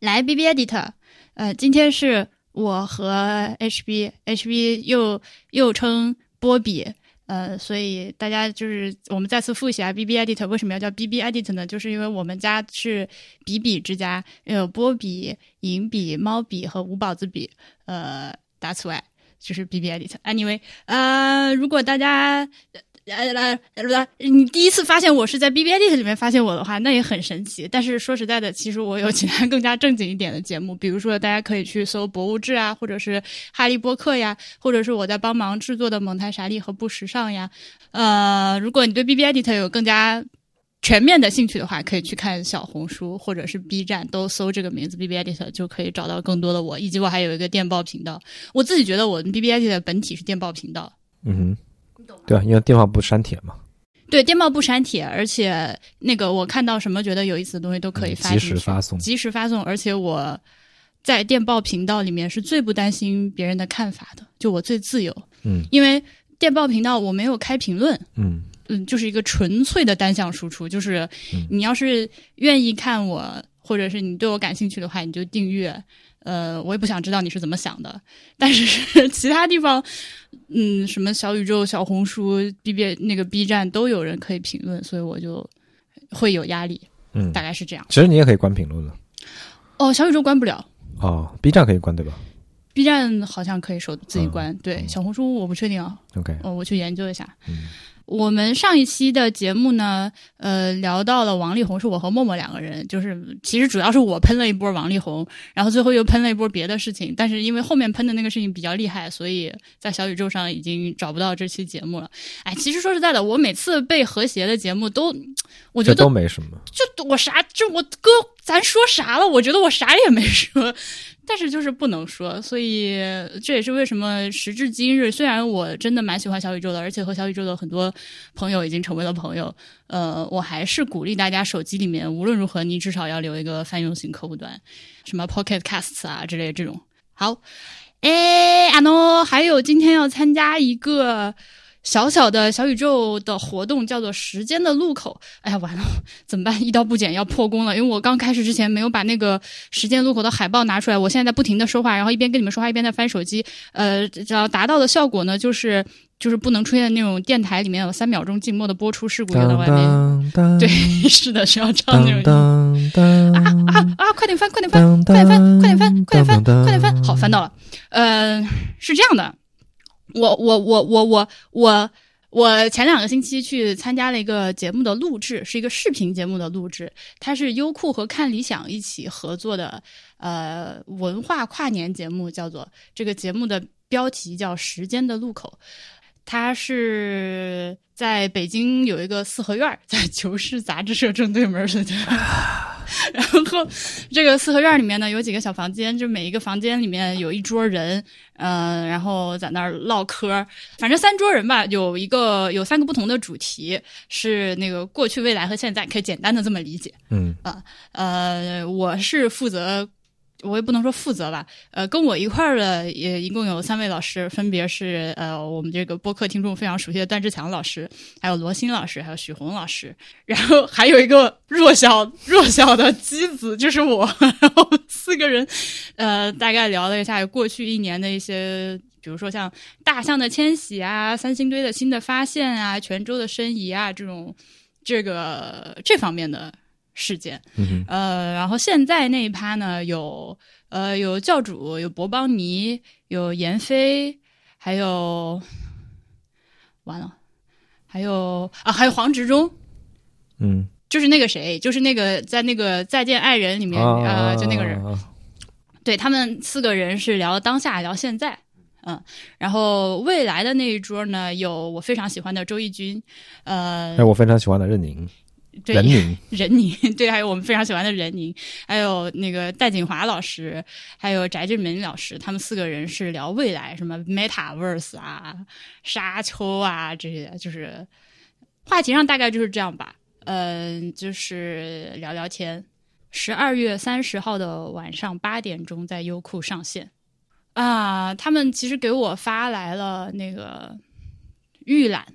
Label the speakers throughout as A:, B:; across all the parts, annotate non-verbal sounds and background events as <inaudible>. A: 来 B B Edit，呃，今天是我和 H B H B 又又称波比，呃，所以大家就是我们再次复习啊，B B Edit 为什么要叫 B B Edit 呢？就是因为我们家是比比之家，有波比、银比、猫比和五宝子比，呃，That's why 就是 B B Edit。Anyway，呃，如果大家来来来，你第一次发现我是在 B B I D 里面发现我的话，那也很神奇。但是说实在的，其实我有其他更加正经一点的节目，比如说大家可以去搜《博物志》啊，或者是《哈利波特》呀，或者是我在帮忙制作的《蒙台傻利》和《不时尚》呀。呃，如果你对 B B I D 有更加全面的兴趣的话，可以去看小红书或者是 B 站，都搜这个名字 B B Edit 就可以找到更多的我，以及我还有一个电报频道。我自己觉得我 B B Edit 的本体是电报频道，
B: 嗯哼，对啊，因为电话不删帖嘛，
A: 对，电报不删帖，而且那个我看到什么觉得有意思的东西都可以发、
B: 嗯、及时发送，
A: 及时发送。而且我在电报频道里面是最不担心别人的看法的，就我最自由。
B: 嗯，
A: 因为电报频道我没有开评论。
B: 嗯
A: 嗯，就是一个纯粹的单向输出，就是你要是愿意看我，
B: 嗯、
A: 或者是你对我感兴趣的话，你就订阅。呃，我也不想知道你是怎么想的，但是其他地方，嗯，什么小宇宙、小红书、B B 那个 B 站都有人可以评论，所以我就会有压力，
B: 嗯，
A: 大概是这样。
B: 其实你也可以关评论了。
A: 哦，小宇宙关不了。
B: 哦，B 站可以关对吧
A: ？B 站好像可以手自己关，嗯、对，小红书我不确定啊。
B: OK，
A: 哦，我去研究一下。
B: 嗯
A: 我们上一期的节目呢，呃，聊到了王力宏，是我和默默两个人，就是其实主要是我喷了一波王力宏，然后最后又喷了一波别的事情，但是因为后面喷的那个事情比较厉害，所以在小宇宙上已经找不到这期节目了。哎，其实说实在的，我每次被和谐的节目都，我觉得
B: 都没什么，
A: 就我啥，这我哥咱说啥了？我觉得我啥也没说。但是就是不能说，所以这也是为什么时至今日，虽然我真的蛮喜欢小宇宙的，而且和小宇宙的很多朋友已经成为了朋友，呃，我还是鼓励大家手机里面无论如何，你至少要留一个泛用型客户端，什么 Pocket Casts 啊之类这种。好，哎，阿诺，还有今天要参加一个。小小的小宇宙的活动叫做“时间的路口”。哎呀，完了，怎么办？一刀不剪要破功了，因为我刚开始之前没有把那个“时间路口”的海报拿出来。我现在在不停的说话，然后一边跟你们说话，一边在翻手机。呃，只要达到的效果呢，就是就是不能出现那种电台里面有三秒钟静默的播出事故就在外面。对， <laughs> 是的，是要唱那种。啊啊啊！快点翻，快点翻，快点翻，快点翻，快点翻，快点翻！好，翻到了。呃，是这样的。我我我我我我我前两个星期去参加了一个节目的录制，是一个视频节目的录制，它是优酷和看理想一起合作的，呃，文化跨年节目，叫做这个节目的标题叫《时间的路口》，它是在北京有一个四合院，在 <laughs> 求是杂志社正对门的。 <laughs> 然后，这个四合院里面呢，有几个小房间，就每一个房间里面有一桌人，呃，然后在那儿唠嗑。反正三桌人吧，有一个有三个不同的主题，是那个过去、未来和现在，可以简单的这么理解。
B: 嗯
A: 啊、呃、呃，我是负责。我也不能说负责吧，呃，跟我一块儿的也一共有三位老师，分别是呃我们这个播客听众非常熟悉的段志强老师，还有罗新老师，还有许宏老师，然后还有一个弱小弱小的机子，就是我， <laughs> 然后四个人，呃，大概聊了一下过去一年的一些。比如说像大象的迁徙啊、三星堆的新的发现啊、泉州的申遗啊这种，这个这方面的事件，
B: 嗯、
A: 呃，然后现在那一趴呢，有呃有教主，有博邦尼，有闫飞，还有完了，还有啊，还有黄执中，
B: 嗯，
A: 就是那个谁，就是那个在那个《再见爱人》里面，
B: 啊、
A: 呃，就那个人，对他们四个人是聊当下，聊现在。嗯，然后未来的那一桌呢，有我非常喜欢的周轶君，呃，
B: 哎，我非常喜欢的任宁。
A: 对
B: 任宁，
A: 任宁，对，还有我们非常喜欢的任宁，还有那个戴锦华老师，还有翟志明老师，他们四个人是聊未来，什么 MetaVerse 啊、沙丘啊这些，就是话题上大概就是这样吧。嗯，就是聊聊天。十二月三十号的晚上八点钟在优酷上线啊。他们其实给我发来了那个预览，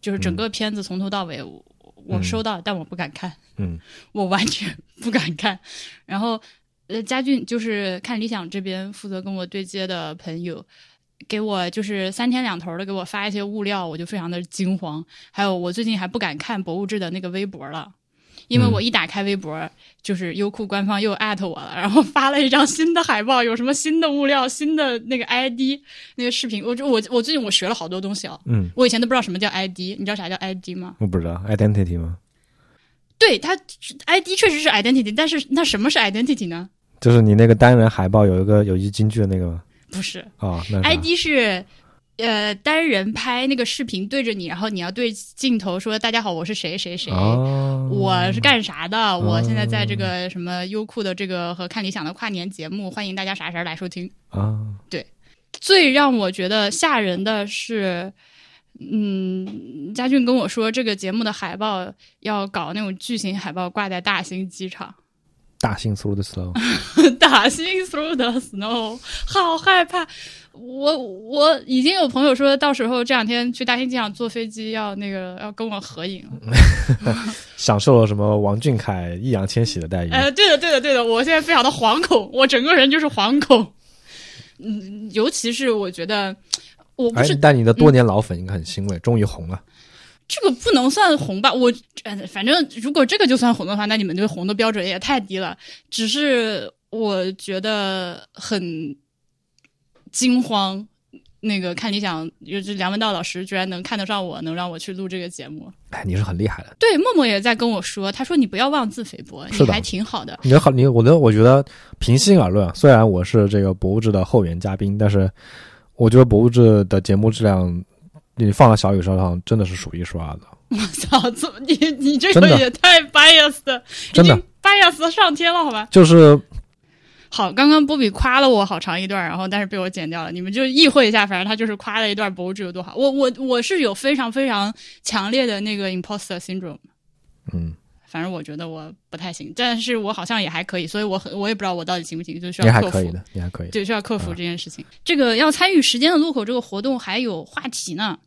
A: 就是整个片子从头到尾。
B: 嗯
A: <laughs> 我收到，但我不敢看。
B: 嗯，
A: 我完全不敢看。然后，呃，佳俊就是看理想这边负责跟我对接的朋友，给我就是三天两头的给我发一些物料，我就非常的惊慌。还有我最近还不敢看博物志的那个微博了，因为
B: 嗯
A: 我一打开微博，就是优酷官方又艾特我了，然后发了一张新的海报，有什么新的物料、新的那个 ID 那个视频。我就我我最近我学了好多东西哦，
B: 嗯，
A: 我以前都不知道什么叫 ID，你知道啥叫 ID 吗？
B: 我不知道 identity 吗？
A: 对，它 ID 确实是 identity，但是那什么是 identity 呢？
B: 就是你那个单人海报有一个有一京剧的那个吗？
A: 不是
B: 哦，那是啥
A: ID 是。呃，单人拍那个视频对着你，然后你要对镜头说：“大家好，我是谁谁谁，
B: 哦，
A: 我是干啥的，我现在在这个什么优酷的这个和看理想的跨年节目，欢迎大家啥时候来收听。
B: 啊，
A: 最让我觉得吓人的是，嗯，佳俊跟我说这个节目的海报要搞那种巨型海报挂在大兴机场，
B: 大兴 through the slow，
A: <laughs> 打心 through the snow，好害怕。我我已经有朋友说到时候这两天去大兴机场坐飞机要那个要跟我合影了。
B: 享受了什么王俊凯、易烊千玺的待遇？
A: 呃，对的，对的，对的，我现在非常的惶恐，我整个人就是惶恐。嗯，尤其是我觉得，我不
B: 哎
A: 是、，嗯
B: 但你的多年老粉应该很欣慰，终于红了。
A: 这个不能算红吧？我呃反正如果这个就算红的话，那你们对红的标准也太低了。只是我觉得很惊慌。那个看理想，就是梁文道老师居然能看得上我，能让我去录这个节目。
B: 哎，你是很厉害的。
A: 对，默默也在跟我说，他说你不要妄自菲薄，
B: 是
A: 你
B: 的
A: 还挺好的。 <laughs>
B: 你的好，你我的我觉得平心而论，啊虽然我是这个博物志的后援嘉宾，但是我觉得博物志的节目质量，你放到小宇宙上真的是数一数二的，
A: 我操，怎么你你这
B: 真
A: 个
B: 的
A: 也太 biased，了已
B: 真的
A: 经 biased 上天了，好吧？
B: 就是
A: 好，刚刚波比夸了我好长一段，然后但是被我剪掉了。你们就意会一下，反正他就是夸了一段博主有多好。我我我是有非常非常强烈的那个 imposter syndrome，
B: 嗯，
A: 反正我觉得我不太行，但是我好像也还可以，所以我很我也不知道我到底行不行，就需
B: 你
A: 要
B: 还
A: 克
B: 可以
A: 服，
B: 的，你还可以。
A: 对，需要克服这件事情。这个要参与时间的路口这个活动还有话题呢，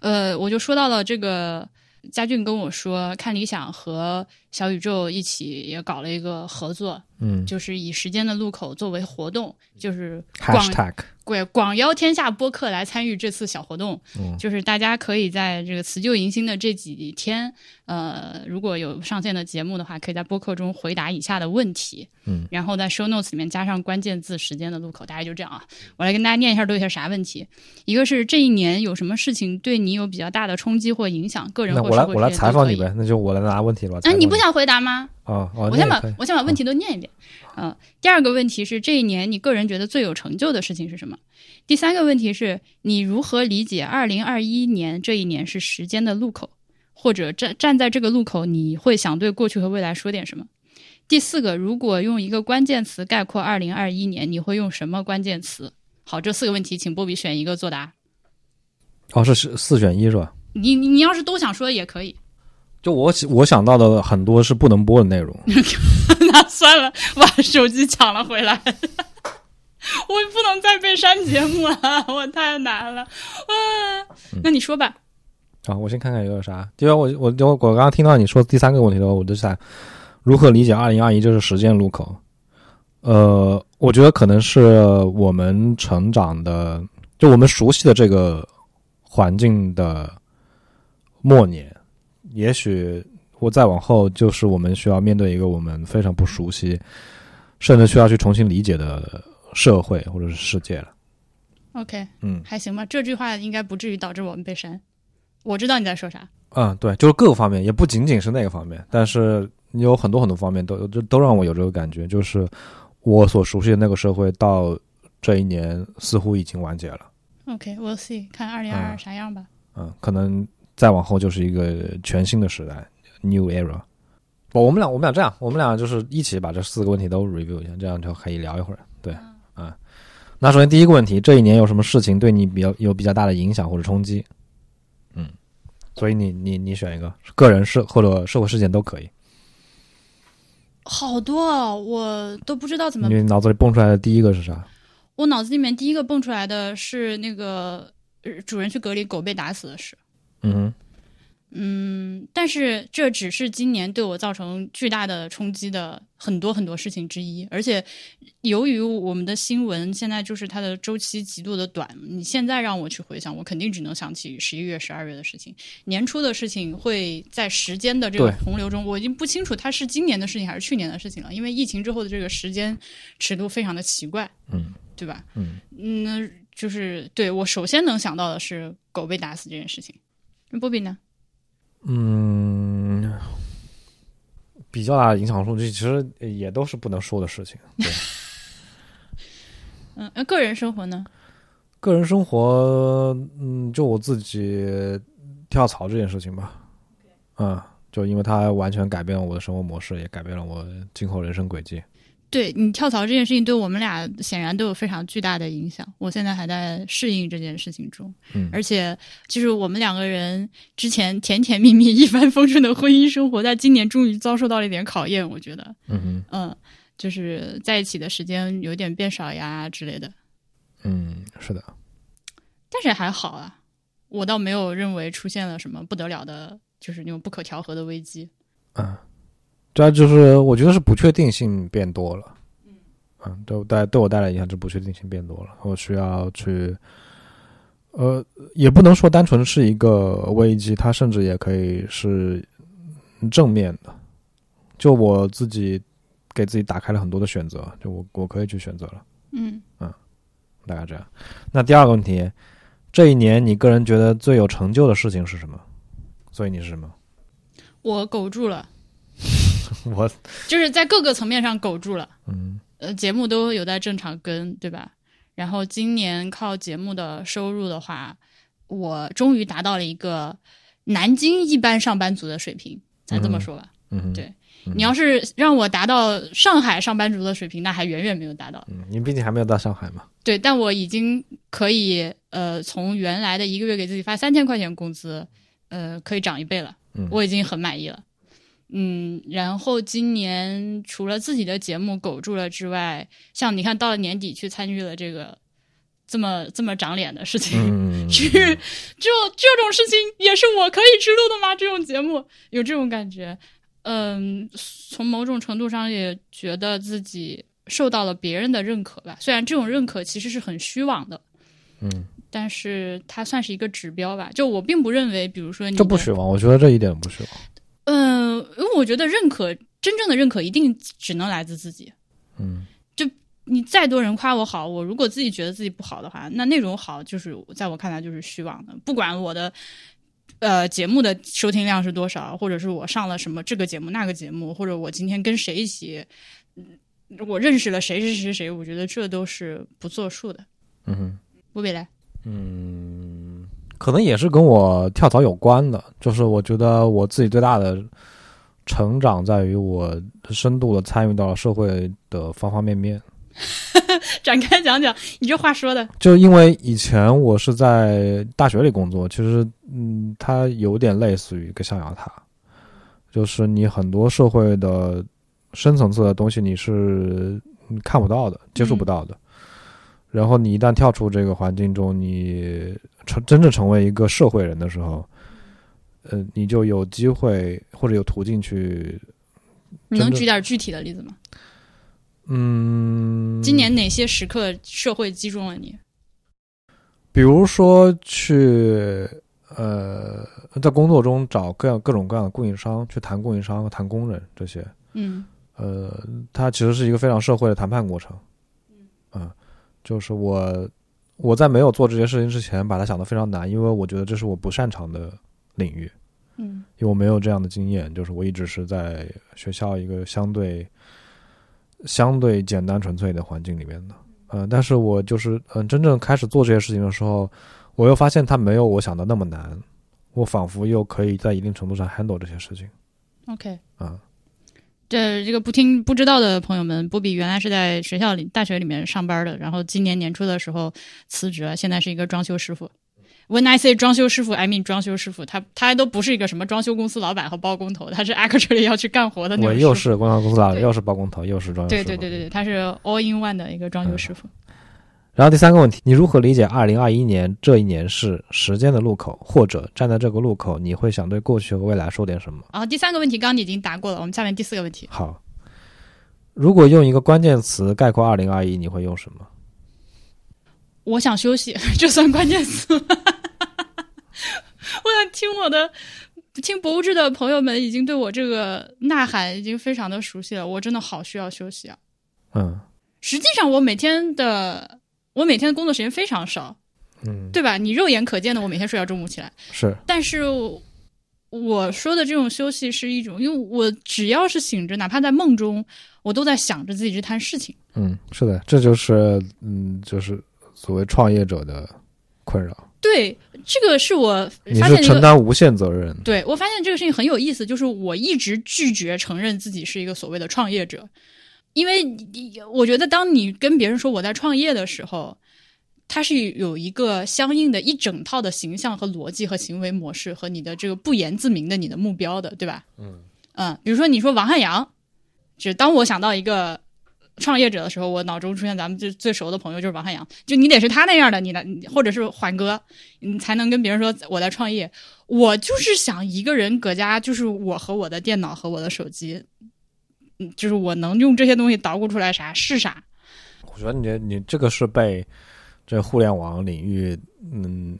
A: 呃，我就说到了这个。佳俊跟我说，看理想和小宇宙一起也搞了一个合作，
B: 嗯
A: 就是以时间的路口作为活动，就是广
B: ，#hashtag
A: 广广邀天下播客来参与这次小活动，
B: 嗯
A: 就是大家可以在这个辞旧迎新的这几天，呃，如果有上线的节目的话，可以在播客中回答以下的问题，
B: 嗯，
A: 然后在 show notes 里面加上关键字“时间的路口”，大概就这样啊。我来跟大家念一下都有些啥问题，一个是这一年有什么事情对你有比较大的冲击或影响，个人
B: 那
A: 或
B: 我来
A: 社会
B: 我来
A: 之间
B: 采
A: 都
B: 访
A: 可
B: 你
A: 以。
B: 呗，那就我来拿问题了。
A: 啊，你不
B: 采
A: 想回答吗？
B: 访哦
A: 我
B: 哦，那
A: 先
B: 也
A: 把
B: 可以
A: 我先把问题都念一遍。嗯、第二个问题是这一年你个人觉得最有成就的事情是什么？第三个问题是你如何理解二零二一年这一年是时间的路口，或者站站在这个路口，你会想对过去和未来说点什么？第四个，如果用一个关键词概括二零二一年，你会用什么关键词？好，这四个问题，请波比选一个作答。
B: 哦是是四选一是吧？
A: 你你你要是都想说也可以，
B: 就我我想到的很多是不能播的内容，
A: <laughs> 那算了，把手机抢了回来。 <laughs> 我不能再被删节目了，我太难了。啊，那你说吧。
B: 啊，我先看看有啥。因为我我就我刚刚听到你说第三个问题的时候，我就想如何理解二零二一这是时间路口。呃，我觉得可能是我们成长的，就我们熟悉的这个环境的末年，也许我再往后就是我们需要面对一个我们非常不熟悉，甚至需要去重新理解的社会或者是世界了。
A: OK，
B: 嗯
A: 还行吧。这句话应该不至于导致我们被删。我知道你在说啥。
B: 嗯，对，就是各个方面，也不仅仅是那个方面，但是你有很多很多方面都都都让我有这个感觉，就是我所熟悉的那个社会到这一年似乎已经完结了。
A: OK，we'll、see，看二零二二
B: 嗯
A: 啥样吧。
B: 嗯，可能再往后就是一个全新的时代，new era。不，我们俩我们俩这样，我们俩就是一起把这四个问题都 review 一下，这样就可以聊一会儿。对，啊、那首先第一个问题，这一年有什么事情对你比较有比较大的影响或者冲击？嗯，所以你你你选一个个人事或者社会事件都可以。
A: 好多哦，我都不知道怎么
B: 你脑子里蹦出来的第一个是啥？
A: 我脑子里面第一个蹦出来的是那个呃主人去隔离，狗被打死的事。
B: 嗯哼，
A: 嗯，但是这只是今年对我造成巨大的冲击的很多很多事情之一。而且，由于我们的新闻现在就是它的周期极度的短，你现在让我去回想，我肯定只能想起十一月、十二月的事情。年初的事情会在时间的这个
B: 对
A: 洪流中，我已经不清楚它是今年的事情还是去年的事情了，因为疫情之后的这个时间尺度非常的奇怪，
B: 嗯，
A: 对吧？
B: 嗯
A: 嗯，就是对我首先能想到的是狗被打死这件事情。那波比呢？
B: 嗯，比较大的影响数据其实也都是不能说的事情。对，
A: 嗯，那个人生活呢？
B: 个人生活，嗯，就我自己跳槽这件事情吧，嗯，就因为它完全改变了我的生活模式，也改变了我今后人生轨迹。
A: 对你跳槽这件事情，对我们俩显然都有非常巨大的影响。我现在还在适应这件事情中，
B: 嗯
A: 而且就是我们两个人之前甜甜蜜 <laughs> 蜜、一帆风顺的婚姻生活，在今年终于遭受到了一点考验。我觉得，
B: 嗯哼，
A: 嗯，就是在一起的时间有点变少呀之类的，
B: 嗯，是的，
A: 但是还好啊，我倒没有认为出现了什么不得了的，就是那种不可调和的危机。
B: 嗯，这就是我觉得是不确定性变多了。嗯，对我带对我带来影响是不确定性变多了，我需要去，呃，也不能说单纯是一个危机，它甚至也可以是正面的。就我自己给自己打开了很多的选择，就我我可以去选择了，
A: 嗯，
B: 大概这样。那第二个问题，这一年你个人觉得最有成就的事情是什么？所以你是什么？ <laughs>
A: 我苟住了，
B: 我
A: 就是在各个层面上苟住了。
B: 嗯
A: 呃，节目都有在正常更，对吧？然后今年靠节目的收入的话，我终于达到了一个南京一般上班族的水平，咱这么
B: 嗯
A: 说吧。
B: 嗯哼，
A: 对
B: 嗯
A: 你要是让我达到上海上班族的水平，那还远远没有达到。
B: 嗯，你毕竟还没有到上海嘛。
A: 对，但我已经可以呃，从原来的一个月给自己发三千块钱工资，呃，可以涨一倍了。
B: 嗯
A: 我已经很满意了。嗯，然后今年除了自己的节目苟住了之外，像你看到了年底去参与了这个这么这么长脸的事情， <laughs>
B: 嗯，
A: 是这这种事情也是我可以去录的吗？这种节目有这种感觉，嗯，从某种程度上也觉得自己受到了别人的认可吧。虽然这种认可其实是很虚妄的，
B: 嗯，
A: 但是它算是一个指标吧。就我并不认为，比如说你
B: 这不
A: 的
B: 虚妄，我觉得这一点不虚妄。
A: 嗯，因为我觉得认可真正的认可一定只能来自自己。
B: 嗯
A: 你再多人夸我好，我如果自己觉得自己不好的话，那那种好就是在我看来就是虚妄的。不管我的呃节目的收听量是多少，或者是我上了什么这个节目那个节目，或者我今天跟谁一起，嗯我认识了谁谁谁谁，我觉得这都是不作数的。
B: 嗯哼
A: 不未来， <laughs>
B: 嗯，可能也是跟我跳槽有关的，就是我觉得我自己最大的成长在于我深度的参与到了社会的方方面面。
A: 展开讲讲，你这话说的，
B: 就因为以前我是在大学里工作，其实嗯，它有点类似于一个象牙塔，就是你很多社会的深层次的东西你是嗯看不到的、接触不到的。然后你一旦跳出这个环境中，你成真正成为一个社会人的时候，呃，你就有机会或者有途径去，
A: 你能
B: 真的
A: 举点具体的例子吗？
B: 嗯，
A: 今年哪些时刻社会击中了你？
B: 比如说去呃，在工作中找各样各种各样的供应商去谈供应商、谈工人这些，
A: 嗯
B: 呃，它其实是一个非常社会的谈判过程。嗯、就是我我在没有做这些事情之前，把它想得非常难，因为我觉得这是我不擅长的领域，
A: 嗯。
B: 因为我没有这样的经验，就是我一直是在学校一个相对相对简单纯粹的环境里面的。呃，但是我就是嗯、呃真正开始做这些事情的时候，我又发现它没有我想的那么难，我仿佛又可以在一定程度上 handle 这些事情
A: OK，
B: 啊。
A: 这这个不听不知道的朋友们，波比原来是在学校里、大学里面上班的，然后今年年初的时候辞职啊了，现在是一个装修师傅。When I say 装修师傅，I mean 装修师傅，他他都不是一个什么装修公司老板和包工头，他是 actually 要去干活的那种
B: 我
A: 师傅。
B: 又是工商公司老板，
A: 对
B: 又是包工头，又是装修
A: 对
B: 师
A: 对
B: 傅
A: 对对对，他是 all in one 的一个装修师傅。
B: 然后第三个问题，你如何理解二零二一年这一年是时间的路口，或者站在这个路口，你会想对过去和未来说点什么？
A: 然后第三个问题，刚刚你已经答过了，我们下面第四个问题，
B: 好，如果用一个关键词概括二零二一，你会用什么？
A: 我想休息， <laughs> 这算关键词 <laughs> 吗？我想听我的。听博物志的朋友们已经对我这个呐喊已经非常的熟悉了，我真的好需要休息啊！
B: 嗯
A: 实际上，我每天的我每天的工作时间非常少，
B: 嗯，
A: 对吧？你肉眼可见的，我每天睡到中午起来。
B: 是
A: 但是我说的这种休息是一种，因为我只要是醒着，哪怕在梦中，我都在想着自己这摊事情。
B: 嗯是的，这就是嗯就是所谓创业者的困扰，
A: 对，这个是我
B: 你
A: 发
B: 是
A: 现一
B: 承
A: 个。
B: 担无限责任。
A: 对，我发现这个事情很有意思，就是我一直拒绝承认自己是一个所谓的创业者，因为你我觉得当你跟别人说我在创业的时候，它是有一个相应的一整套的形象和逻辑和行为模式和你的这个不言自明的你的目标的，对吧？
B: 嗯
A: 嗯，比如说你说王汉阳，只当我想到一个创业者的时候，我脑中出现咱们最最熟的朋友就是王汉阳，就你得是他那样的，你来你或者是缓哥，你才能跟别人说我在创业。我就是想一个人搁家，就是我和我的电脑和我的手机，嗯，就是我能用这些东西捣鼓出来啥是啥。
B: 我觉得你你这个是被这互联网领域嗯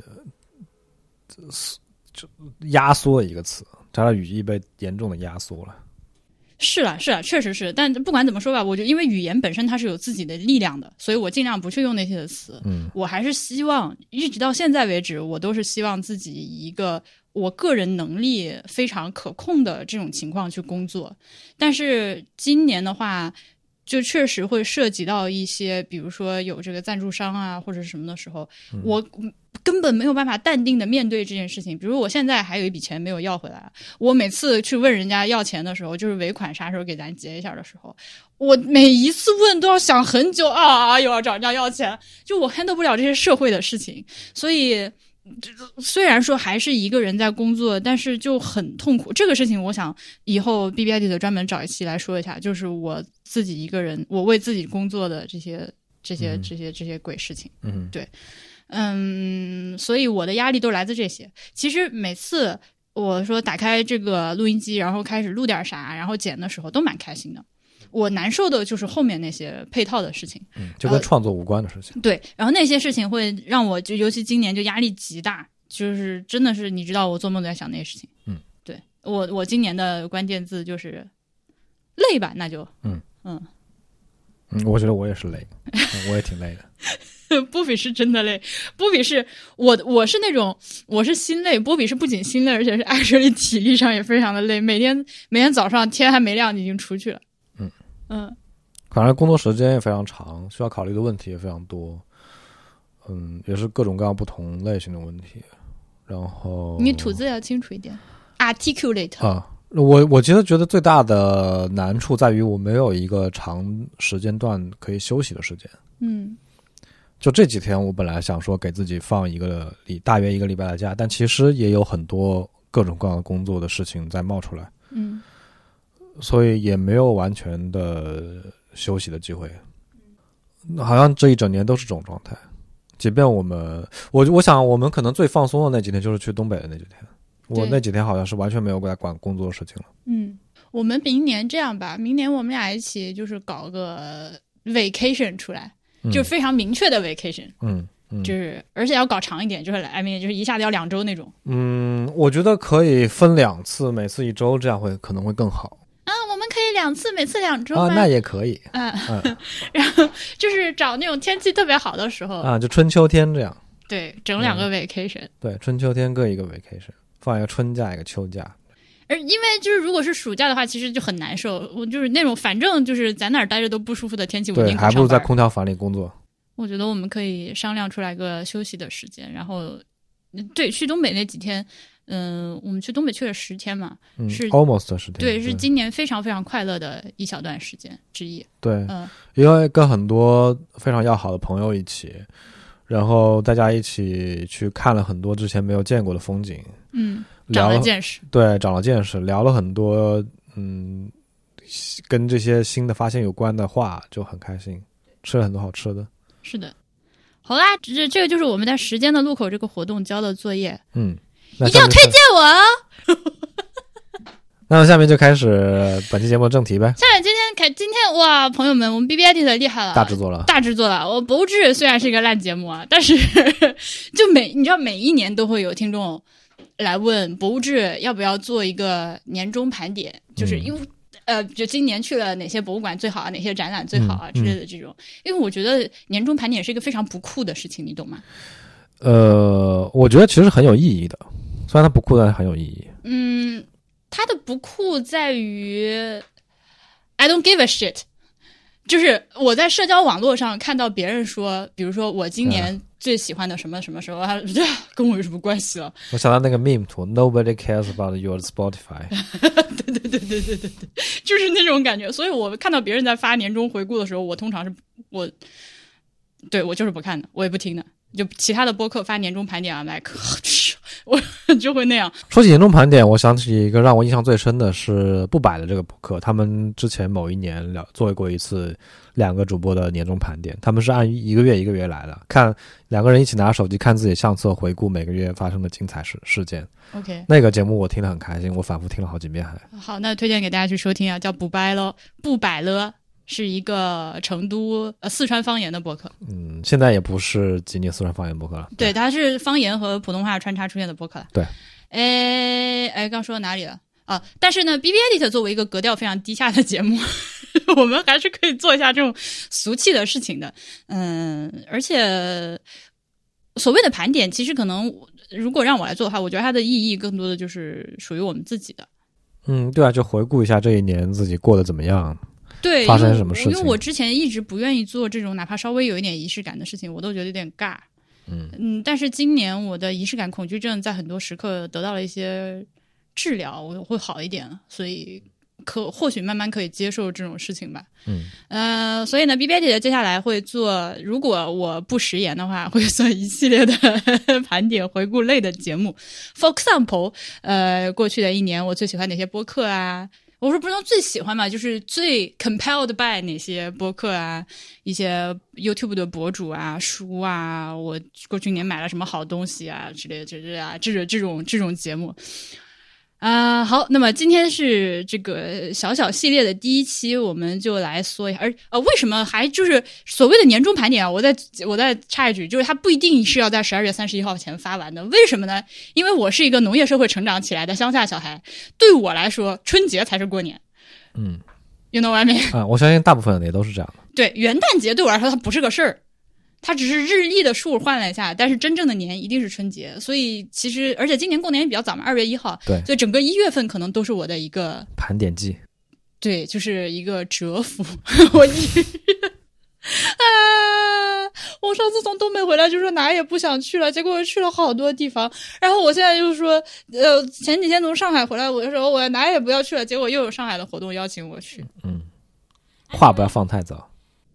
B: 就压缩一个词，它的语义被严重的压缩了。
A: 是啦，是啦，啊确实是，但不管怎么说吧，我觉得因为语言本身它是有自己的力量的，所以我尽量不去用那些的词。
B: 嗯
A: 我还是希望，一直到现在为止，我都是希望自己以一个我个人能力非常可控的这种情况去工作。但是今年的话，就确实会涉及到一些，比如说有这个赞助商啊或者是什么的时候，我根本没有办法淡定的面对这件事情。比如我现在还有一笔钱没有要回来，我每次去问人家要钱的时候，就是尾款啥时候给咱结一下的时候，我每一次问都要想很久啊，又要找人家要钱，就我 handle 不了这些社会的事情，所以。这虽然说还是一个人在工作，但是就很痛苦。这个事情，我想以后 B B I D 的专门找一期来说一下，就是我自己一个人，我为自己工作的这些、这些、
B: 嗯
A: 这些、这些鬼事情。
B: 嗯
A: 嗯，所以我的压力都来自这些。其实每次我说打开这个录音机，然后开始录点啥，然后剪的时候都蛮开心的。我难受的就是后面那些配套的事情。
B: 嗯，就跟创作无关的事情。
A: 对，然后那些事情会让我就，尤其今年就压力极大，就是真的是你知道，我做梦都在想那些事情。
B: 嗯，
A: 对我我今年的关键字就是累吧，那就
B: 嗯，我觉得我也是 <laughs> 累，嗯我也挺累的。
A: <laughs> 波比是真的累，波比是我我是那种我是心累，波比是不仅心累，而且是 actually 体力上也非常的累，每天每天早上天还没亮你已经出去了。
B: 嗯
A: 嗯，
B: 反正工作时间也非常长，需要考虑的问题也非常多。嗯，也是各种各样不同类型的问题。然后
A: 你吐字要清楚一点，articulate。
B: 啊，我我其实觉得最大的难处在于我没有一个长时间段可以休息的时间。
A: 嗯
B: 就这几天，我本来想说给自己放一个礼，大约一个礼拜的假，但其实也有很多各种各样的工作的事情在冒出来，
A: 嗯，
B: 所以也没有完全的休息的机会。好像这一整年都是这种状态，即便我们，我我想我们可能最放松的那几天就是去东北的那几天，我
A: 对
B: 那几天好像是完全没有过来管工作的事情了。
A: 嗯，我们明年这样吧，明年我们俩一起就是搞个 vacation 出来，
B: 嗯
A: 就是非常明确的 vacation，、
B: 嗯嗯，
A: 就是而且要搞长一点，就是来 I mean 就是一下子要两周那种。
B: 嗯，我觉得可以分两次，每次一周，这样会可能会更好
A: 啊，我们可以两次，每次两周
B: 啊。
A: 吗？
B: 那也可以
A: 嗯，
B: 嗯
A: 然后就是找那种天气特别好的时候，
B: 啊，嗯就春秋天这样。
A: 对，整两个 vacation。
B: 对，春秋天各一个 vacation，放一个春假，一个秋假。
A: 而因为就是如果是暑假的话，其实就很难受。我就是那种反正就是在哪儿待着都不舒服的天气，我
B: 对，
A: 宁可
B: 还
A: 上
B: 不如在
A: 班
B: 空调房里工作。
A: 我觉得我们可以商量出来个休息的时间，然后，嗯对，去东北那几天，嗯、我们去东北去了十天嘛，
B: 嗯
A: 是
B: ，almost 是
A: 对，
B: 对，
A: 是今年非常非常快乐的一小段时间之一。
B: 对，
A: 嗯
B: 因为跟很多非常要好的朋友一起，然后大家一起去看了很多之前没有见过的风景，
A: 嗯，
B: 聊
A: 长了
B: 了
A: 见识。
B: 对，长了见识，聊了很多嗯，跟这些新的发现有关的话，就很开心，吃了很多好吃的。
A: 是的，好啦，这这个就是我们在时间的路口这个活动交的作业，
B: 嗯，那
A: 一定要
B: 下面
A: 推
B: 就
A: 荐我哦。
B: 那下面就开始本期节目的正题呗，
A: 下面今天开，今天哇，朋友们，我们 B B I T 的厉害了，
B: 大制作了。
A: 大制作了。我博物志虽然是一个烂节目啊，但是 <laughs> 就每你知道每一年都会有听众来问博物志要不要做一个年终盘点，就是
B: 嗯
A: 因为。呃，就今年去了哪些博物馆最好啊，哪些展览最好啊、
B: 嗯
A: 之类的这种，因为我觉得年终盘点是一个非常不酷的事情，你懂吗？
B: 呃，我觉得其实很有意义的，虽然它不酷，但是很有意义。
A: 嗯，它的不酷在于 I don't give a shit，就是我在社交网络上看到别人说，比如说我今年最喜欢的什么什么时候，他说跟我有什么关系了？
B: 我想到那个 meme 图，Nobody cares about your Spotify。
A: 就是那种感觉。所以我看到别人在发年终回顾的时候，我通常是我对我就是不看的，我也不听的。就其他的播客发年终盘点啊，来， <laughs> 我就会那样。
B: 说起年终盘点，我想起一个让我印象最深的是不摆的这个博客，他们之前某一年了做过一次两个主播的年终盘点，他们是按一个月一个月来的，看两个人一起拿手机看自己相册，回顾每个月发生的精彩事事件。
A: OK，
B: 那个节目我听得很开心，我反复听了好几遍还。
A: 好，那推荐给大家去收听啊，叫不掰喽，不摆了。是一个成都呃四川方言的播客，
B: 嗯，现在也不是吉尼斯川方言博客了。
A: 对，它是方言和普通话穿插出现的播客了。
B: 对，
A: 哎哎，刚说到哪里了？啊，但是呢，B B Edit 作为一个格调非常低下的节目， <laughs> 我们还是可以做一下这种俗气的事情的。嗯，而且所谓的盘点，其实可能我如果让我来做的话，我觉得它的意义更多的就是属于我们自己的。
B: 嗯，对啊，就回顾一下这一年自己过得怎么样。
A: 对，
B: 发
A: 因为
B: 生什么
A: 我
B: 事情
A: 因为我之前一直不愿意做这种哪怕稍微有一点仪式感的事情，我都觉得有点尬。
B: 嗯
A: 嗯，但是今年我的仪式感恐惧症在很多时刻得到了一些治疗，我会好一点，所以可或许慢慢可以接受这种事情吧。
B: 嗯，
A: 呃，所以呢，B B 姐姐接下来会做，如果我不食言的话，会做一系列的 <laughs> 盘点回顾类的节目。For example，呃，过去的一年我最喜欢哪些播客啊？我说不能最喜欢嘛，就是最 compelled by 哪些播客啊，一些 YouTube 的博主啊、书啊，我过去一年买了什么好东西啊之类的，这这啊，这这这种这种节目。啊、好，那么今天是这个小小系列的第一期，我们就来说一下，而呃，为什么还就是所谓的年终盘点啊？我再我再插一句，就是它不一定是要在十二月三十一号前发完的，为什么呢？因为我是一个农业社会成长起来的乡下小孩，对我来说，春节才是过年。
B: 嗯
A: ，you know what I mean？
B: 啊，我相信大部分人也都是这样的。
A: 对，元旦节对我来说它不是个事儿，它只是日历的数换了一下，但是真正的年一定是春节，所以其实而且今年过年也比较早嘛，二月一号，
B: 对
A: 所以整个一月份可能都是我的一个
B: 盘点季，
A: 对，就是一个蛰伏， <laughs> 我一。啊！我上次从东北回来就说哪儿也不想去了，结果又去了好多地方。然后我现在就说，呃，前几天从上海回来，我就说我哪儿也不要去了，结果又有上海的活动邀请我去。
B: 嗯，话不要放太早。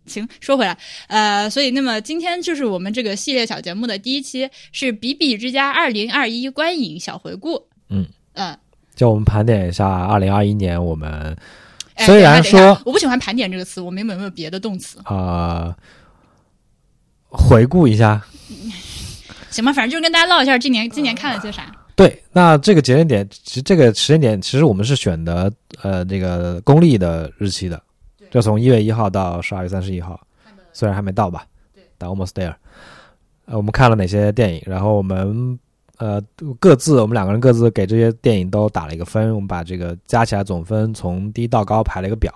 A: 行，说回来，呃，所以那么今天就是我们这个系列小节目的第一期，是《比比之家二零二一观影小回顾》。
B: 嗯
A: 呃，
B: 就我们盘点一下二零二一年我们
A: 哎
B: 虽然
A: 等一下等一下
B: 说
A: 我不喜欢“盘点”这个词，我们有没有别的动词？
B: 啊、呃回顾一下。
A: 行吧，反正就是跟大家唠一下今年今年看了些啥。
B: 对，那这个节点点，其实这个时间点，其实我们是选的呃这个公历的日期的，就从一月一号到十二月三十一号，虽然还没到吧，但 almost there。呃，我们看了哪些电影？然后我们呃各自，我们两个人各自给这些电影都打了一个分，我们把这个加起来总分从低到高排了一个表，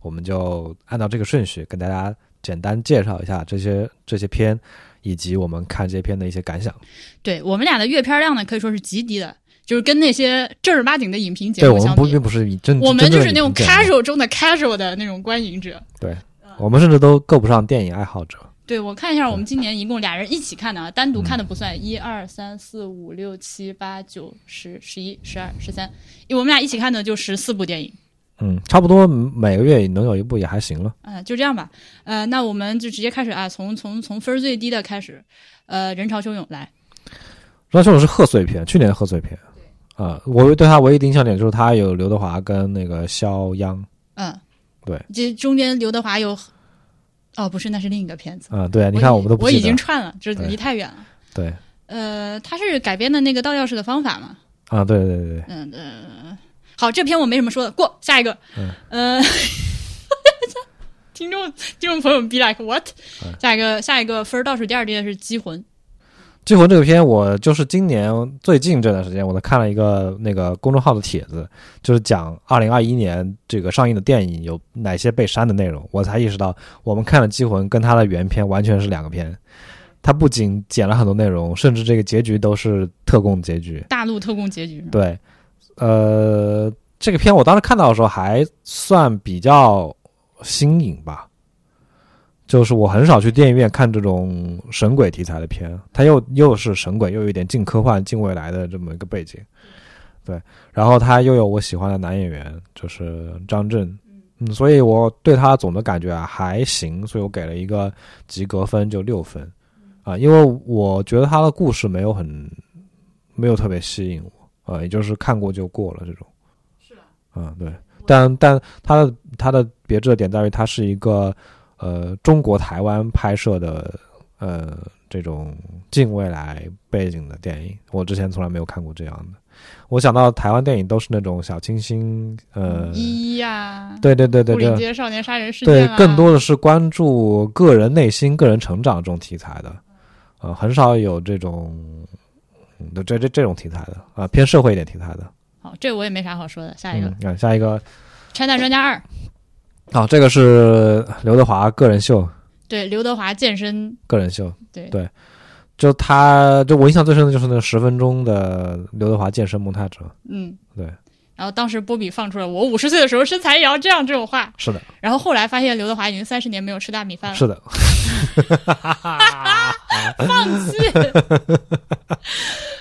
B: 我们就按照这个顺序跟大家简单介绍一下这些这些片，以及我们看这些片的一些感想。
A: 对我们俩的阅片量呢，可以说是极低的，就是跟那些正儿八经的影评节
B: 对
A: 目
B: 我们
A: 相
B: 不
A: 比
B: 并，不是以真，
A: 我们
B: 真正
A: 就
B: 的
A: 是那种
B: 影评节目
A: casual 中的 casual 的那种观影者。
B: 对，我们甚至都够不上电影爱好者。
A: 对，我看一下，我们今年一共俩人一起看的啊，单独看
B: 嗯
A: 的不算。一二三四五六七八九十十一十二十三，因为我们俩一起看的就十四部电影。
B: 嗯，差不多每个月能有一部也还行了。
A: 嗯、就这样吧。呃，那我们就直接开始啊，从从从分儿最低的开始。呃，人潮汹涌来，
B: 那这种是贺岁片，去年的贺岁片。啊、我对他唯一的印象点就是他有刘德华跟那个肖央。
A: 嗯，
B: 对，
A: 这中间刘德华有哦，不是，那是另一个片子。
B: 啊、对，你看
A: 我
B: 我
A: 已
B: 们都不
A: 我
B: 记
A: 已
B: 得
A: 经串了，这
B: 对
A: 离太远了。
B: 对
A: 呃，它是改编的那个倒钥匙的方法嘛？
B: 啊，对对对对，
A: 嗯呃，好，这篇我没什么说的，过下一个。
B: 嗯
A: 呃， <laughs> 听众听众朋友们 be like what？、
B: 嗯
A: 下一个下一个分儿倒数第二届是《机魂》，
B: 《魂》这个片，我就是今年最近这段时间，我都看了一个那个公众号的帖子，就是讲二零二一年这个上映的电影有哪些被删的内容，我才意识到我们看的《机魂》跟它的原片完全是两个片。它不仅剪了很多内容，甚至这个结局都是特供结局。
A: 大陆特工结局。
B: 对，呃，这个片我当时看到的时候还算比较新颖吧，就是我很少去电影院看这种神鬼题材的片，它又又是神鬼，又有一点近科幻、近未来的这么一个背景，对，然后它又有我喜欢的男演员，就是张震。嗯，所以我对他总的感觉啊还行，所以我给了一个及格分，就六分，啊，因为我觉得他的故事没有很没有特别吸引我。呃，也就是看过就过了这种。是啊，对，但但它的它的别致的点在于，它是一个呃中国台湾拍摄的呃这种近未来背景的电影，我之前从来没有看过这样的。我想到台湾电影都是那种小清新，呃，
A: 嗯一哎呀、
B: 对对对
A: 牯
B: 对
A: 岭
B: 对
A: 街少年杀人事
B: 对
A: 件、啊，，
B: 更多的是关注个人内心、个人成长这种题材的，呃，很少有这种嗯这这这种题材的啊、偏社会一点题材的。
A: 好，这我也没啥好说的。下一个《
B: 嗯，看下一个
A: 拆弹专家二》，
B: 啊，这个是刘德华个人秀，
A: 对刘德华健身，
B: 个人秀。
A: 对
B: 对就他，就我印象最深的就是那十分钟的刘德华健身蒙太者。
A: 嗯，
B: 对。
A: 然后当时波比放出了“我五十岁的时候身材也要这样”这种话，
B: 是的，
A: 然后后来发现刘德华已经三十年没有吃大米饭了，
B: 是
A: <laughs>
B: 的，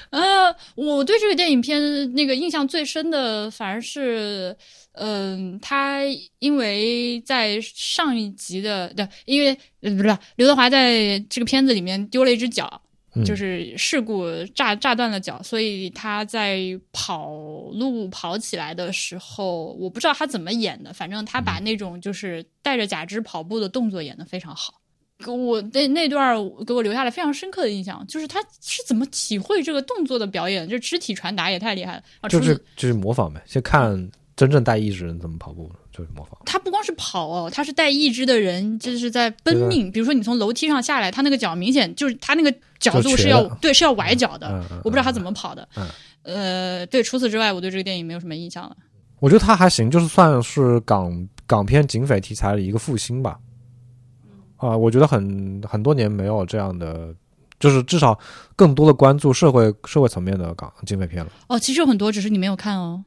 A: 呃，我对这个电影片那个印象最深的，反而是，嗯、他因为在上一集的，对，因为呃不是刘德华在这个片子里面丢了一只脚，
B: 嗯
A: 就是事故炸炸断了脚，所以他在跑路跑起来的时候，我不知道他怎么演的，反正他
B: 嗯
A: 把那种就是带着假肢跑步的动作演得非常好。给我那那段儿给我留下了非常深刻的印象，就是他是怎么体会这个动作的表演，就肢体传达也太厉害了啊！除
B: 就
A: 此
B: 是就是模仿呗，先看真正带意识人怎么跑步，就是模仿。
A: 他不光是跑哦，他是带意志的人，就是在奔命。比如说你从楼梯上下来，他那个脚明显就是他那个角度是要
B: 就瘸了
A: 对是要崴脚的，
B: 嗯嗯
A: 我不知道他怎么跑的。
B: 嗯
A: 呃，对，除此之外，我对这个电影没有什么印象了。
B: 我觉得他还行，就是算是港港片警匪题材的一个复兴吧。啊、我觉得很很多年没有这样的，就是至少更多的关注社会社会层面的港警匪片了。
A: 哦，其实有很多，只是你没有看哦。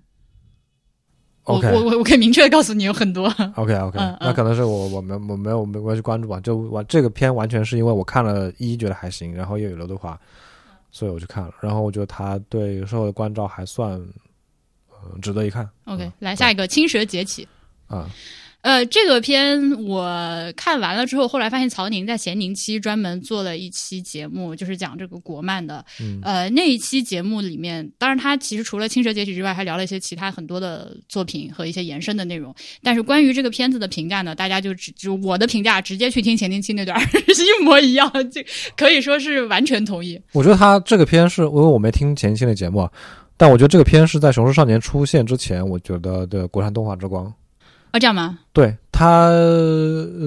A: 我
B: OK，
A: 我我我可以明确的告诉你，有很多。
B: OK OK，、
A: 嗯嗯
B: 那可能是我我没我没有没关去关注吧，就我这个片完全是因为我看了一觉得还行，然后又有刘德华，所以我去看了，然后我觉得他对社会的关照还算，呃，值得一看
A: OK，来下一个《青蛇崛起》。
B: 啊。
A: 呃，这个片我看完了之后，后来发现曹宁在咸宁期专门做了一期节目，就是讲这个国漫的。
B: 嗯
A: 呃，那一期节目里面，当然他其实除了《青蛇崛起》之外，还聊了一些其他很多的作品和一些延伸的内容。但是关于这个片子的评价呢，大家就只就我的评价，直接去听咸宁期那段儿 <laughs> 一模一样，这可以说是完全同意。
B: 我觉得他这个片是因为我没听前期的节目啊，但我觉得这个片是在《雄狮少年》出现之前，我觉得的国产动画之光。
A: 啊，这样吗？
B: 对他，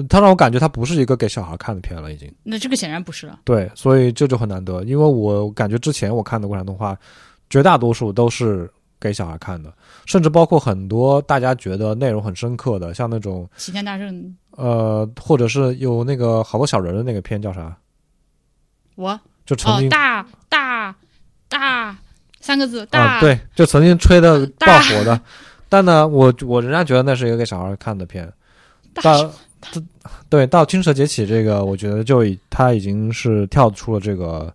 B: 他让我感觉他不是一个给小孩看的片了，已经。
A: 那这个显然不是了。
B: 对，所以这就很难得，因为我感觉之前我看的国产动画，绝大多数都是给小孩看的，甚至包括很多大家觉得内容很深刻的，像那种
A: 齐天大圣，
B: 呃，或者是有那个好多小人的那个片叫啥，
A: 我
B: 就曾
A: 哦
B: 经，、
A: 大大大三个字，大、
B: 啊，对，就曾经吹的爆
A: 大
B: 火的，但呢，我我仍然觉得那是一个给小孩看的片，
A: 大
B: 到这对到《青蛇崛起》这个，我觉得就已他已经是跳出了这个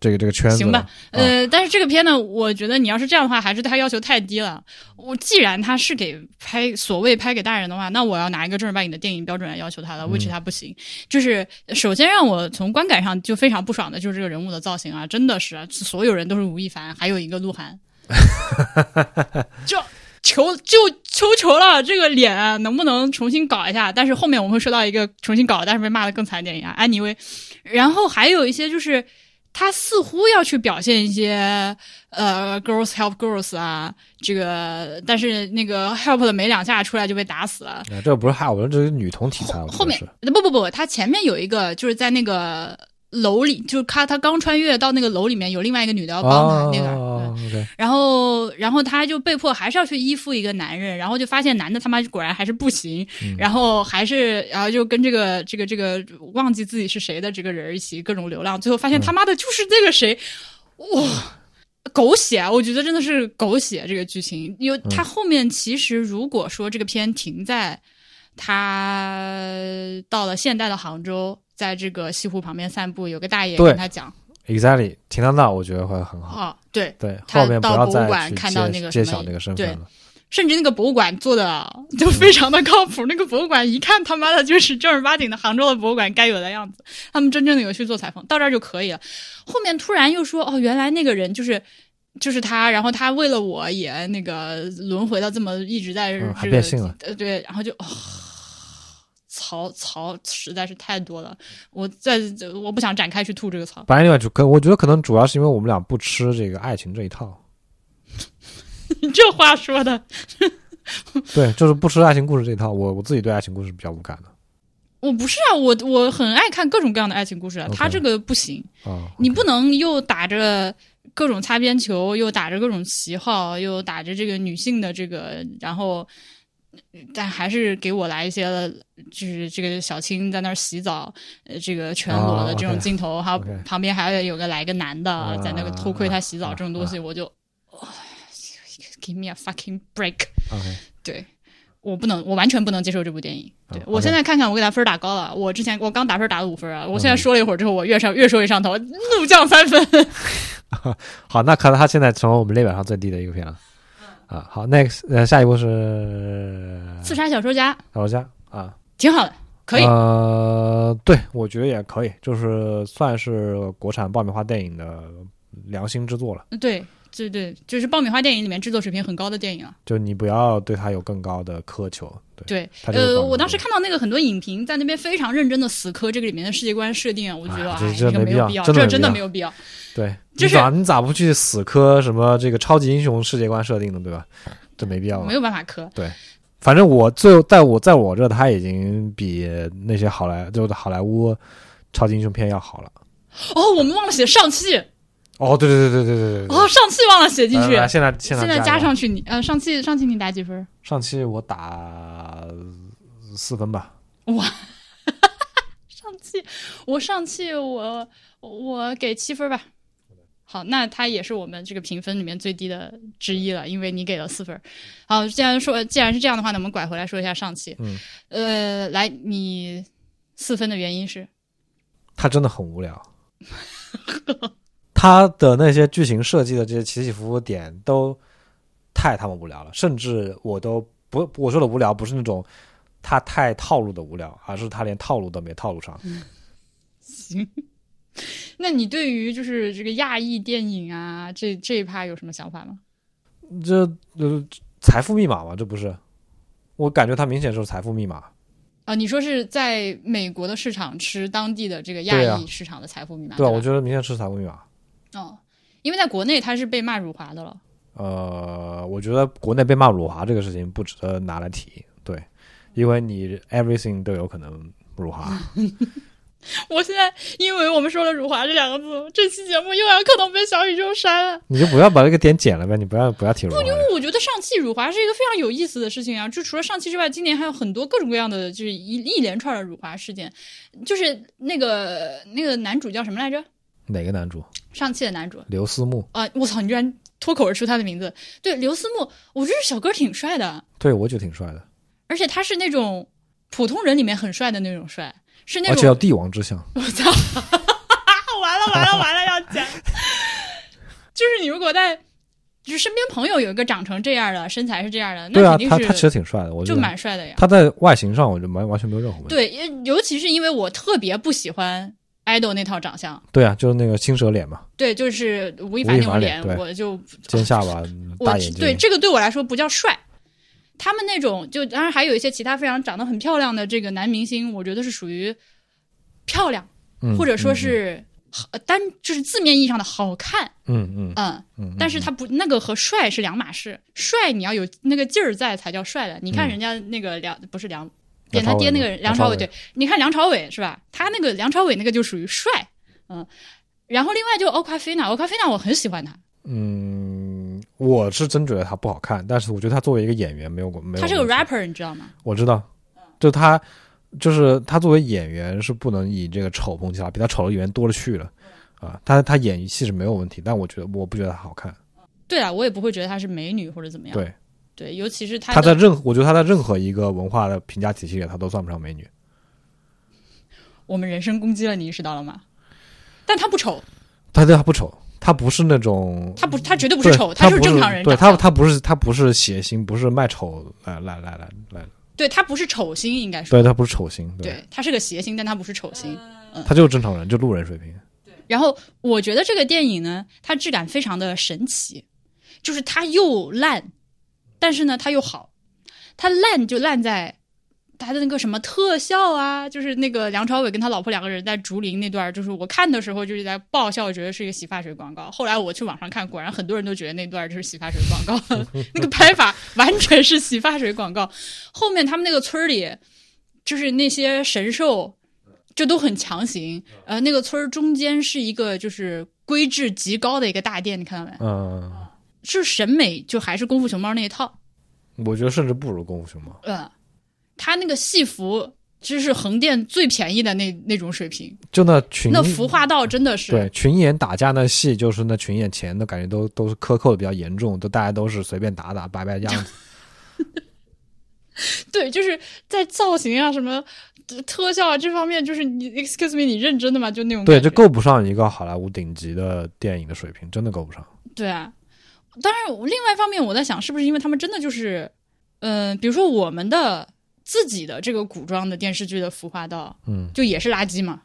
B: 这个这个圈子
A: 行吧
B: 了，
A: 呃，但是这个片呢，我觉得你要是这样的话，还是对他要求太低了。我既然他是给拍所谓拍给大人的话，那我要拿一个正儿八经的电影标准来要求他了，which 他不行。就是首先让我从观感上就非常不爽的就是这个人物的造型啊，真的是啊，所有人都是吴亦凡，还有一个鹿晗，就。求就求求了，这个脸啊能不能重新搞一下？但是后面我们会说到一个重新搞，但是被骂的更惨一点一样。安妮薇，然后还有一些就是他似乎要去表现一些呃 girls help girls 啊，这个但是那个 help 的没两下出来就被打死了。
B: 啊这不是害我们，这是女童题材。
A: 后
B: 我觉得
A: 后面
B: 啊是
A: 不不不，他前面有一个就是在那个楼里，就是他他刚穿越到那个楼里面，有另外一个女的要帮他、那嗯个。对
B: 哦，OK，
A: 然后，然后她就被迫还是要去依附一个男人，然后就发现男的他妈果然还是不行，
B: 嗯
A: 然后还是然后就跟这个这个这个忘记自己是谁的这个人一起各种流浪，最后
B: 嗯
A: 发现他妈的就是那个谁，哇！狗血啊，我觉得真的是狗血这个剧情，因为
B: 嗯
A: 它后面其实如果说这个片停在他到了现代的杭州，在这个西湖旁边散步，有个大爷
B: 对啊
A: 跟他讲，
B: exactly，听到那我觉得会很好。
A: 哦，对，
B: 对，
A: 他
B: 后面不
A: 到
B: 要
A: 博物
B: 再
A: 馆
B: 去
A: 看
B: 揭
A: 到那个
B: 揭
A: 什么
B: 晓那个身
A: 对
B: 份了。
A: 甚至那个博物馆做的
B: 嗯
A: 就非常的靠谱，那个博物馆一看他妈的就是正儿八经的杭州的博物馆该有的样子。他们真正的有去做采访，到这儿就可以了。后面突然又说，哦，原来那个人就是就是他，然后他为了我也那个轮回到这么一直在、
B: 嗯还
A: 这个
B: 变性了
A: 呃，对，然后就。哦槽槽实在是太多了，我在我不想展开去吐这个槽。 <laughs>
B: 反正另外就可，我觉得可能主要是因为我们俩不吃这个爱情这一套， <laughs>
A: 你这话说的，
B: 对，就是不吃爱情故事这一套。我我自己对爱情故事比较无感的
A: 我不是啊，我我很爱看各种各样的爱情故事啊，他
B: OK
A: 这个不行。
B: 啊。
A: 你不能又打着各种擦边球，又打着各种旗号，又打着这个女性的这个，然后，但还是给我来一些，就是这个小青在那儿洗澡，呃，这个全裸的
B: 哦
A: 这种
B: OK，
A: 镜头，还有
B: OK
A: 旁边还有个来个男的、
B: 啊
A: 在那个偷窥她洗澡
B: 啊
A: 这种东西，我就、哦 give me a fucking break，
B: OK，
A: 对。我不能，我完全不能接受这部电影。对、
B: 啊
A: 我
B: OK
A: 现在看看，我给他分儿打高了。我之前我刚打分儿打了五分啊，我
B: 嗯
A: 现在说了一会儿之后，我越上越说越上头，怒降三分。
B: 好，那可能他现在成为我们列表上最低的一个片了。啊，好，next，呃，下一步是
A: 刺嗯杀小说家
B: 老家啊，
A: 挺好的，可以。
B: 呃，对，我觉得也可以，就是算是国产爆米花电影的良心之作了。
A: 嗯对对对，就是爆米花电影里面制作水平很高的电影啊。
B: 就你不要对它有更高的苛求，对，
A: 对，
B: 它就是爆米
A: 呃，
B: 花
A: 我当时看到那个很多影评在那边非常认真的死磕这个里面的世界观设定啊，我觉得
B: 哎
A: 哎，
B: 这
A: 这个
B: 没
A: 没
B: 必
A: 有
B: 要
A: 必要，
B: 真的
A: 这
B: 没
A: 真的
B: 必要
A: 没有必要。
B: 对，
A: 就
B: 你
A: 是
B: 咋你咋不去死磕什么这个超级英雄世界观设定呢？对吧？这没必要
A: 没
B: 了。
A: 有办法磕。
B: 反正我最在我在我这，它已经比那些好莱就是好莱坞超级英雄片要好了。
A: 哦，我们忘了写上汽，
B: 哦，对对对对对对对。
A: 哦，上汽忘了写进去
B: 来来。来现在现在
A: 现在
B: 加
A: 加
B: 一个
A: 上去你，呃，上汽上汽你打几分？
B: 上期我打四分吧，
A: 上汽，我上汽我我给七分吧。好，那它也是我们这个评分里面最低的之一了，因为你给了四分。好，既然说既然是这样的话，那我们拐回来说一下上汽。
B: 嗯，
A: 呃，来，你四分的原因是
B: 它真的很无聊。它的那些剧情设计的这些起起伏伏点都太他妈无聊了，甚至我都不我说的无聊不是那种它太套路的无聊，而是它连套路都没套路上。
A: 嗯行。那你对于就是这个亚裔电影啊，这这一趴有什么想法吗？
B: 这呃财富密码嘛，这不是？我感觉它明显就是财富密码。
A: 啊、你说是在美国的市场吃当地的这个亚
B: 对啊
A: 裔市场的财富密码，
B: 对啊，
A: 吧
B: 我觉得明显是财富密码。
A: 哦，因为在国内它是被骂辱华的了。
B: 呃，我觉得国内被骂辱华这个事情不值得拿来提，对，因为你 everything 都有可能辱华。
A: 嗯我现在因为我们说了“辱华”这两个字，这期节目又要可能被小宇宙删了。
B: 你就不要把这个点剪了呗，你不要不要提辱华。
A: 我觉得上汽辱华是一个非常有意思的事情啊！就除了上汽之外，今年还有很多各种各样的，就是一一连串的辱华事件。就是那个那个男主叫什么来着？
B: 哪个男主？
A: 上汽的男主
B: 刘思慕。
A: 啊！我操，你居然脱口而出他的名字？对，刘思慕，我觉得小哥挺帅的，
B: 对，我觉得挺帅的，
A: 而且他是那种普通人里面很帅的那种帅，是那
B: 而且
A: 种
B: 有帝王之相。
A: 我操！完了完了完了，要讲， <laughs> 就是你如果在就是身边朋友有一个长成这样的身材是这样的，
B: 对
A: 那
B: 啊
A: 肯，定
B: 他
A: 是
B: 他其实挺帅的，我觉
A: 就
B: 得
A: 蛮帅的呀。
B: 他在外形上我就完完全没有任何问题。
A: 对，也尤其是因为我特别不喜欢 idol 那套长相，
B: 对啊，就是那个青蛇脸嘛，
A: 对，就是吴亦
B: 吴
A: 凡
B: 亦
A: 那种
B: 凡脸对
A: 我就
B: 尖下巴、
A: 我
B: 大
A: 只
B: 眼睛。
A: 对这个对我来说不叫帅，他们那种就当然还有一些其他非常长得很漂亮的这个男明星，我觉得是属于漂亮，
B: 嗯
A: 或者说
B: 嗯
A: 是好单就是字面意义上的好看，
B: 嗯嗯
A: 嗯，
B: 嗯，
A: 但是他不那个和帅是两码事，帅你要有那个劲儿在才叫帅的。你看人家那个梁、不是梁，演他爹那个人梁
B: 嗯朝
A: 伟，对，，你看梁朝伟是吧？他那个梁朝伟那个就属于帅，嗯。然后另外就 o k a f i n a o k a f i n a 我很喜欢他，
B: 嗯，我是真觉得他不好看，但是我觉得他作为一个演员没有没有，
A: 他是个 rapper，你知道吗？
B: 我知道，就他就是他作为演员是不能以这个丑抨击他，比他丑的演员多了去了
A: 嗯
B: 啊。他他演戏是没有问题，但我觉得我不觉得他好看。
A: 对啊，我也不会觉得她是美女或者怎么样。
B: 对
A: 对，尤其是她
B: 他
A: 的
B: 在任何我觉得他在任何一个文化的评价体系里，他都算不上美女。
A: 我们人身攻击了，你意识到了吗？但她不丑，
B: 他对他不丑，他不是那种
A: 她不，她绝对不
B: 不
A: 是丑，
B: 他
A: 她就是
B: 不
A: 正常人
B: 对
A: 长
B: 他
A: 相。
B: 他不是他不是谐星，不是卖丑来来来来来，
A: 对她不是丑星，应该说
B: 对他不是丑星，对
A: 对，嗯她是个谐星，但她不是丑星。
B: 他就是正常人，就路人水平。
A: 然后我觉得这个电影呢，它质感非常的神奇，就是它又烂，但是呢它又好。它烂就烂在它的那个什么特效啊，就是那个梁朝伟跟他老婆两个人在竹林那段儿，就是我看的时候就是在爆笑，觉得是一个洗发水广告。后来我去网上看，果然很多人都觉得那段儿就是洗发水广告，那个拍法完全是洗发水广告。后面他们那个村儿里，就是那些神兽，这都很强行。呃，那个村儿中间是一个就是规制极高的一个大殿，你看到没？
B: 嗯，
A: 是审美就还是功夫熊猫那一套，嗯
B: 我觉得甚至不如功夫熊猫。
A: 呃，他那个戏服其实是横店最便宜的那那种水平，
B: 就那群
A: 那服化道真的是
B: 对群演打架那戏，就是那群演前的感觉都都是克扣的比较严重，都大家都是随便打打摆摆样
A: <laughs>
B: 子。
A: 对，就是在造型啊什么。特效啊，这方面就是你，excuse me，你认真的吗？就那种
B: 对，
A: 感
B: 这
A: 觉
B: 够不上一个好莱坞顶级的电影的水平，真的够不上。
A: 对啊，当然，另外一方面，我在想，是不是因为他们真的就是，嗯、比如说我们的自己的这个古装的电视剧的服化道，
B: 嗯，
A: 就也是垃圾嘛。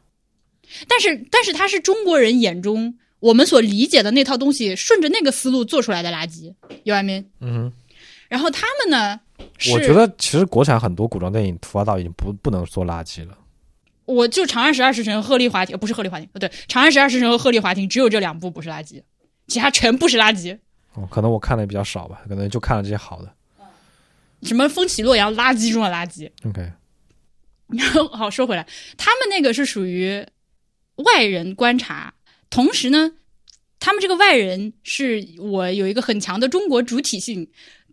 A: 但是，但是它是中国人眼中我们所理解的那套东西，顺着那个思路做出来的垃圾，有外面。
B: 嗯，
A: 然后他们呢，是
B: 我觉得其实国产很多古装电影服化道已经不不能说垃圾了。
A: 我就《长安十二时辰》和《鹤唳华亭》呃，不是《鹤唳华亭》，不对，《长安十二时辰》和《鹤唳华亭》只有这两部不是垃圾，其他全部是垃圾。
B: 哦可能我看的也比较少吧，可能就看了这些好的。
A: 什么风起洛阳，垃圾中的垃圾。
B: OK，
A: 然后 <laughs> 好说回来，他们那个是属于外人观察，同时呢，他们这个外人是我有一个很强的中国主体性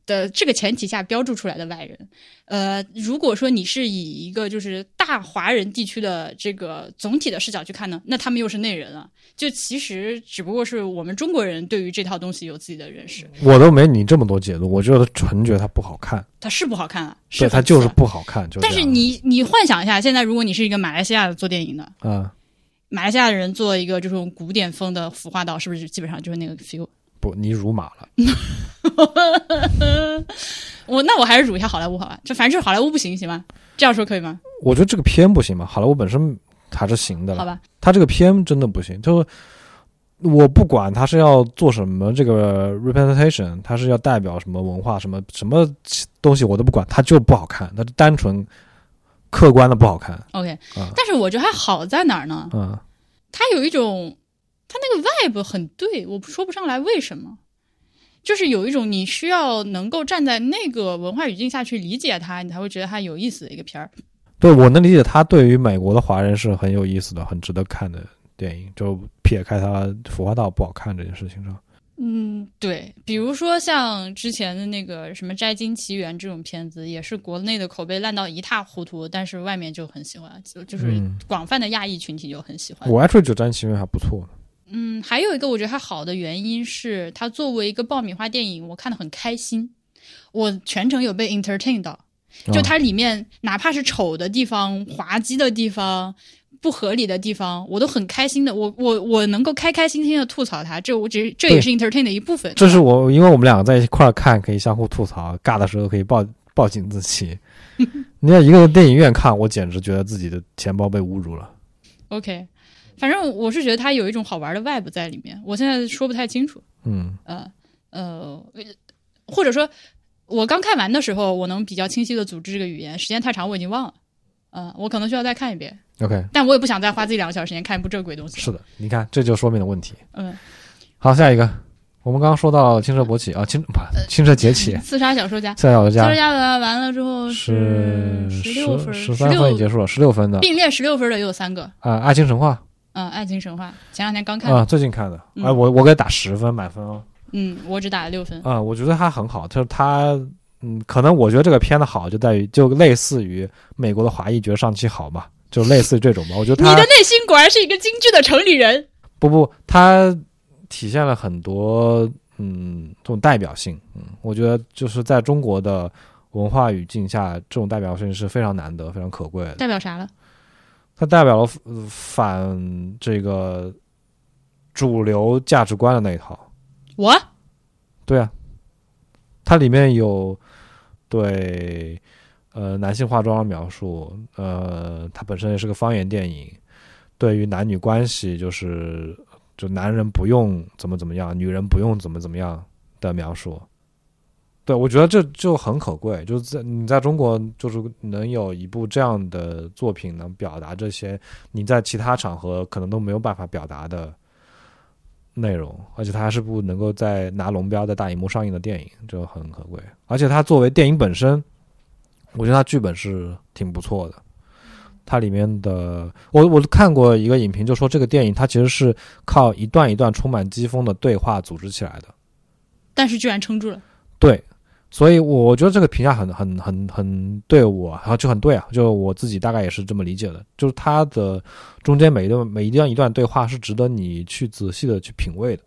A: 的这个前提下标注出来的外人。呃，如果说你是以一个就是大华人地区的这个总体的视角去看呢，那他们又是内人了。就其实只不过是我们中国人对于这套东西有自己的认识，
B: <laughs> 我都没你这么多解读，我觉得纯觉得它不好看，
A: 它是不好看啊，是
B: 对，它
A: 很
B: 就
A: 次
B: 是
A: 啊
B: 不好看，就这
A: 但
B: 样
A: 是你你幻想一下，现在如果你是一个马来西亚的做电影的，
B: 啊、
A: 马来西亚人做一个这种古典风的服化道，是不是基本上就是那个 feel？ <laughs>
B: 不，你辱马了。
A: 我那我还是辱一下好莱坞好吧？就反正就是好莱坞不行，行吗？这样说可以吗？
B: 我觉得这个片不行嘛，好莱坞本身还是行的了
A: 好。吧，
B: 他这个片真的不行，就是我不管他是要做什么这个 representation，他是要代表什么文化什么什么东西，我都不管，他就不好看，他就单纯客观的不好看。
A: ，OK、
B: 啊
A: 但是我觉得还好在哪儿呢？
B: 嗯，
A: 它有一种，它那个 vibe 很对，我说不上来为什么。就是有一种你需要能够站在那个文化语境下去理解它，你才会觉得它有意思的一个片儿。
B: 对我能理解他对于美国的华人是很有意思的，很值得看的电影。就撇开他腐化道不好看这件事情上，
A: 嗯，对，比如说像之前的那个什么《摘金奇缘》这种片子，也是国内的口碑烂到一塌糊涂，但是外面就很喜欢，就就是
B: 嗯
A: 广泛的亚裔群体就很喜欢。
B: 我 actually 觉得《战奇缘》还不错。
A: 嗯，还有一个我觉得它好的原因是，它作为一个爆米花电影，我看得很开心，我全程有被 entertain 到。就
B: 啊
A: 它里面哪怕是丑的地方、滑稽的地方、不合理的地方，我都很开心的。我我我能够开开心心的吐槽它，这我只是这也
B: 对
A: 是 entertain 的一部分。
B: 这是我，因为我们两个在一块儿看，可以相互吐槽，尬的时候可以抱抱紧自
A: <laughs>
B: 己。你要一个人电影院看，我简直觉得自己的钱包被侮辱了。
A: OK，反正我是觉得它有一种好玩的 vibe 在里面，我现在说不太清楚，
B: 嗯，
A: 呃呃呃，或者说。我刚看完的时候，我能比较清晰的组织这个语言，时间太长我已经忘了。嗯、我可能需要再看一遍，
B: OK，
A: 但我也不想再花自己两个小时时间看一部这鬼东西。
B: 是的，你看这就说明了问题。
A: 嗯，
B: 好，下一个，我们刚刚说到《青蛇勃起》啊，《青不
A: 呃
B: 青蛇崛起》
A: 刺杀小说家，
B: 《赛小
A: 刺杀
B: 家
A: 小说》家完完了之后
B: 是
A: 十六分，
B: 十
A: 十
B: 三分也
A: 六
B: 结束了，十六分的
A: 并列十六分的也有三个。
B: 啊，《爱情神话
A: 嗯，爱情神话前两天刚》看，
B: 啊，最近看的，
A: 嗯
B: 哎，我我给打十分满分哦。
A: 嗯，我只打了六分。
B: 啊，我觉得它很好，就是它，嗯，可能我觉得这个片的好就在于，就类似于美国的华裔觉得上期好嘛，就类似于这种吧。我觉得
A: 你的
B: 它
A: 内心果然是一个精致的城里人。
B: 不不，它体现了很多嗯这种代表性。嗯，我觉得就是在中国的文化语境下，这种代表性是非常难得、非常可贵的。
A: 代表啥了？
B: 它代表了呃反这个主流价值观的那一套。
A: 我
B: 对啊，它里面有对呃男性化妆的描述，呃，它本身也是个方言电影，对于男女关系就是就男人不用怎么怎么样，女人不用怎么怎么样的描述。对，我觉得这就很可贵，就是在你在中国，就是能有一部这样的作品，能表达这些你在其他场合可能都没有办法表达的内容，而且它还是部能够在拿龙标在大荧幕上映的电影，这很可贵。而且它作为电影本身，我觉得它剧本是挺不错的。它里面的我我看过一个影评，就说这个电影它其实是靠一段一段充满讥讽的对话组织起来的。
A: 但是居然撑住了。
B: 对，所以我我觉得这个评价很很很很对我，然后就很对啊，就我自己大概也是这么理解的，就是它的中间每一段每一段一段对话是值得你去仔细的去品味的。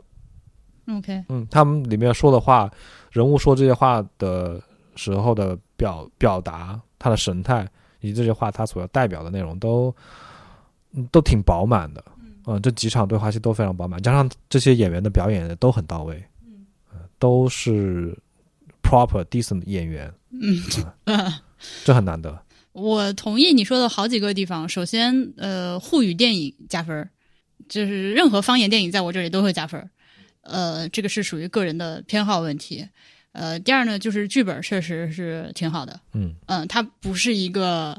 A: OK，
B: 嗯，他们里面说的话，人物说这些话的时候的表表达，他的神态，以及这些话他所要代表的内容都，嗯都挺饱满的。嗯，这几场对话戏都非常饱满，加上这些演员的表演也都很到位。嗯，都是 proper decent 演员，
A: 嗯，
B: 这很难得。
A: <laughs> 我同意你说的好几个地方。首先，呃，沪语电影加分儿，就是任何方言电影在我这里都会加分儿。呃，这个是属于个人的偏好问题。呃，第二呢，就是剧本确实是挺好的。
B: 嗯
A: 嗯，它不是一个，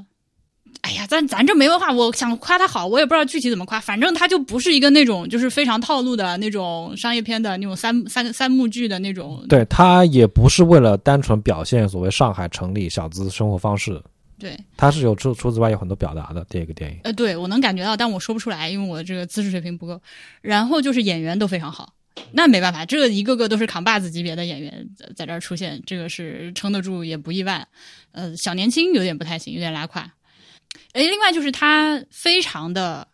A: 哎呀，咱咱这没文化，我想夸它好，我也不知道具体怎么夸，反正它就不是一个那种就是非常套路的那种商业片的那种三三三幕剧的那种。
B: 对他也不是为了单纯表现所谓上海城里小资生活方式，
A: 对，
B: 他是有除除此之外有很多表达的这个电影。
A: 呃，对我能感觉到，但我说不出来，因为我这个姿势水平不够。然后就是演员都非常好，那没办法，这一个个都是扛把子级别的演员在在这儿出现，这个是撑得住也不意外。呃，小年轻有点不太行，有点拉胯。哎，另外就是他非常的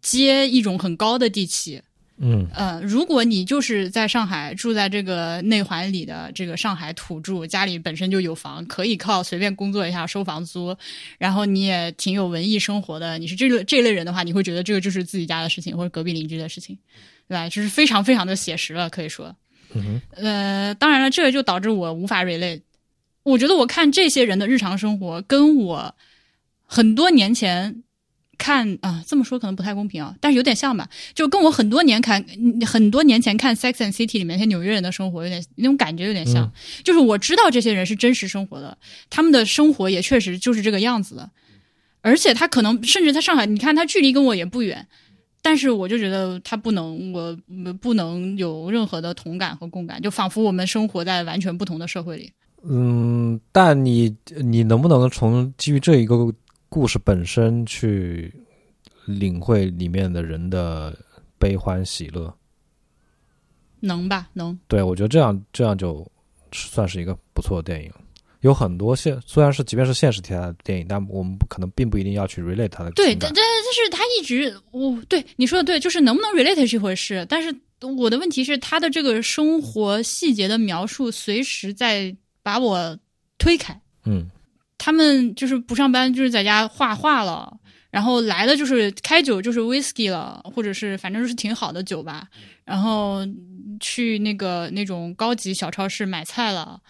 A: 接一种很高的地气，
B: 嗯，
A: 呃，如果你就是在上海住在这个内环里的这个上海土著，家里本身就有房，可以靠随便工作一下收房租，然后你也挺有文艺生活的，你是这个这类人的话，你会觉得这个就是自己家的事情或者隔壁邻居的事情，对吧？就是非常非常的写实了，可以说。
B: 嗯
A: 呃，当然了，这就导致我无法 relate。我觉得我看这些人的日常生活，跟我很多年前看啊，这么说可能不太公平啊，但是有点像吧，就跟我很多年看嗯很多年前看《Sex and City》里面那些纽约人的生活有点那种感觉有点像，
B: 嗯
A: 就是我知道这些人是真实生活的，他们的生活也确实就是这个样子的，而且他可能甚至他上海，你看他距离跟我也不远，但是我就觉得他不能，我我不能有任何的同感和共感，就仿佛我们生活在完全不同的社会里。
B: 嗯，但你你能不能从基于这一个故事本身去领会里面的人的悲欢喜乐？
A: 能吧？能。
B: 对我觉得这样这样就是算是一个不错的电影。有很多现虽然是即便是现实题材的电影，但我们可能并不一定要去 relate 它的
A: 对，
B: 情
A: 但
B: 感
A: 但但是他一直，我、对你说的对，就是能不能 relate 是一回事，但是我的问题是他的这个生活细节的描述，随时在把我推开。
B: 嗯
A: 他们就是不上班，就是在家画画了，然后来的就是开酒就是 whisky 了，或者是反正就是挺好的酒吧，然后去那个那种高级小超市买菜了。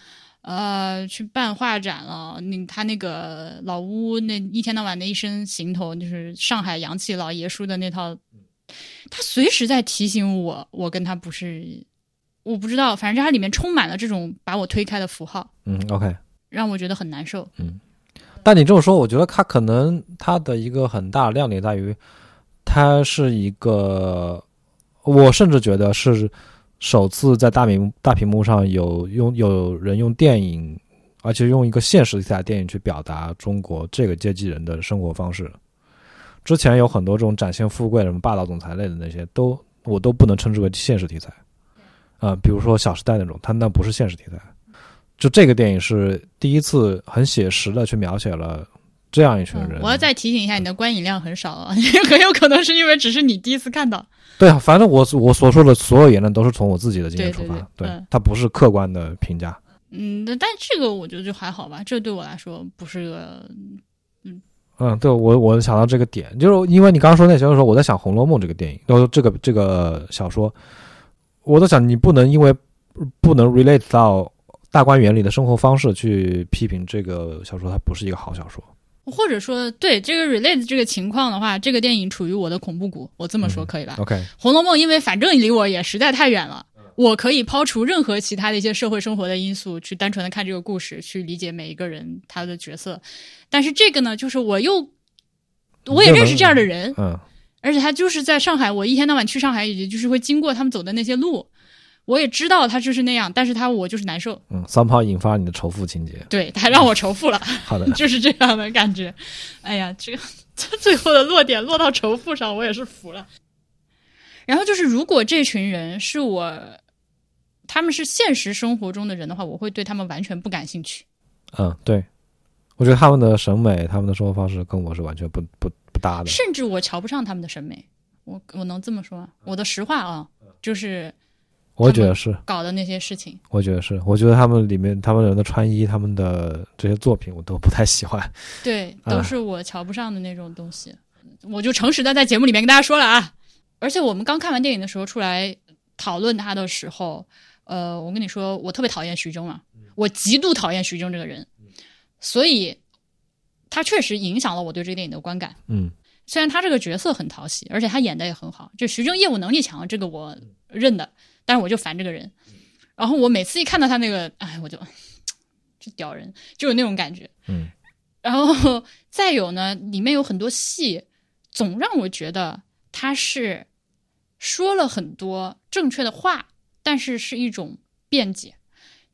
A: 呃，去办画展了。那他那个老屋那一天到晚的一身行头，就是上海洋气老爷叔的那套，他随时在提醒我，我跟他不是，我不知道，反正它里面充满了这种把我推开的符号，
B: 嗯，OK。
A: 让我觉得很难受。
B: 但你这么说，我觉得它可能它的一个很大的亮点在于，它是一个，我甚至觉得是首次在大屏大屏幕上有用有人用电影，而且用一个现实题材电影去表达中国这个阶级人的生活方式。之前有很多这种展现富贵、什么霸道总裁类的那些，都我都不能称之为现实题材。啊、比如说《小时代》那种，它那不是现实题材。就这个电影是第一次很写实的去描写了这样一群人。
A: 嗯我要再提醒一下，你的观影量很少啊， <laughs> 很有可能是因为只是你第一次看到。
B: 对啊，反正我我所说的所有言论都是从我自己的经验出
A: 对对
B: 发，
A: 对嗯
B: 它不是客观的评价。
A: 嗯，但但这个我觉得就还好吧，这对我来说不是个
B: 嗯，对我我想到这个点，就是因为你刚刚说那些的时候，我在想《红楼梦》这个电影，然后这个这个小说，我在想你不能因为不能 relate 到大观园里的生活方式去批评这个小说，它不是一个好小说。
A: 或者说，对这个 relate 这个情况的话，这个电影处于我的恐怖谷，我这么
B: 嗯
A: 说可以吧？
B: OK，
A: 红楼梦》因为反正离我也实在太远了，
B: 嗯
A: 我可以抛除任何其他的一些社会生活的因素，去单纯的看这个故事，去理解每一个人他的角色。但是这个呢，就是我又我也认识这样的人，
B: 嗯
A: 而且他就是在上海，我一天到晚去上海，也就是会经过他们走的那些路，我也知道他就是那样，但是他我就是难受，
B: 嗯，三炮引发你的仇富情节。
A: 对他让我仇富了。
B: 好的，
A: 就是这样的感觉。哎呀，这个这最后的落点落到仇富上，我也是服了。然后就是，如果这群人是我，他们是现实生活中的人的话，我会对他们完全不感兴趣。
B: 嗯，对，我觉得他们的审美、他们的生活方式跟我是完全不不不搭的。
A: 甚至我瞧不上他们的审美。我我能这么说吗，我的实话啊，就是
B: 我觉得是，
A: 搞的那些事情，
B: 我觉得是，我觉得他们里面他们人的穿衣、他们的这些作品，我都不太喜欢。
A: 对，
B: 哎
A: 都是我瞧不上的那种东西。我就诚实的在节目里面跟大家说了啊。而且我们刚看完电影的时候出来讨论他的时候，呃，我跟你说，我特别讨厌徐峥啊，我极度讨厌徐峥这个人，所以他确实影响了我对这个电影的观感。
B: 嗯
A: 虽然他这个角色很讨喜，而且他演的也很好，就徐峥业务能力强，这个我认的，但是我就烦这个人。然后我每次一看到他那个，哎，我就这屌人，就有那种感觉。
B: 嗯
A: <laughs> 然后再有呢，里面有很多戏，总让我觉得他是说了很多正确的话，但是是一种辩解。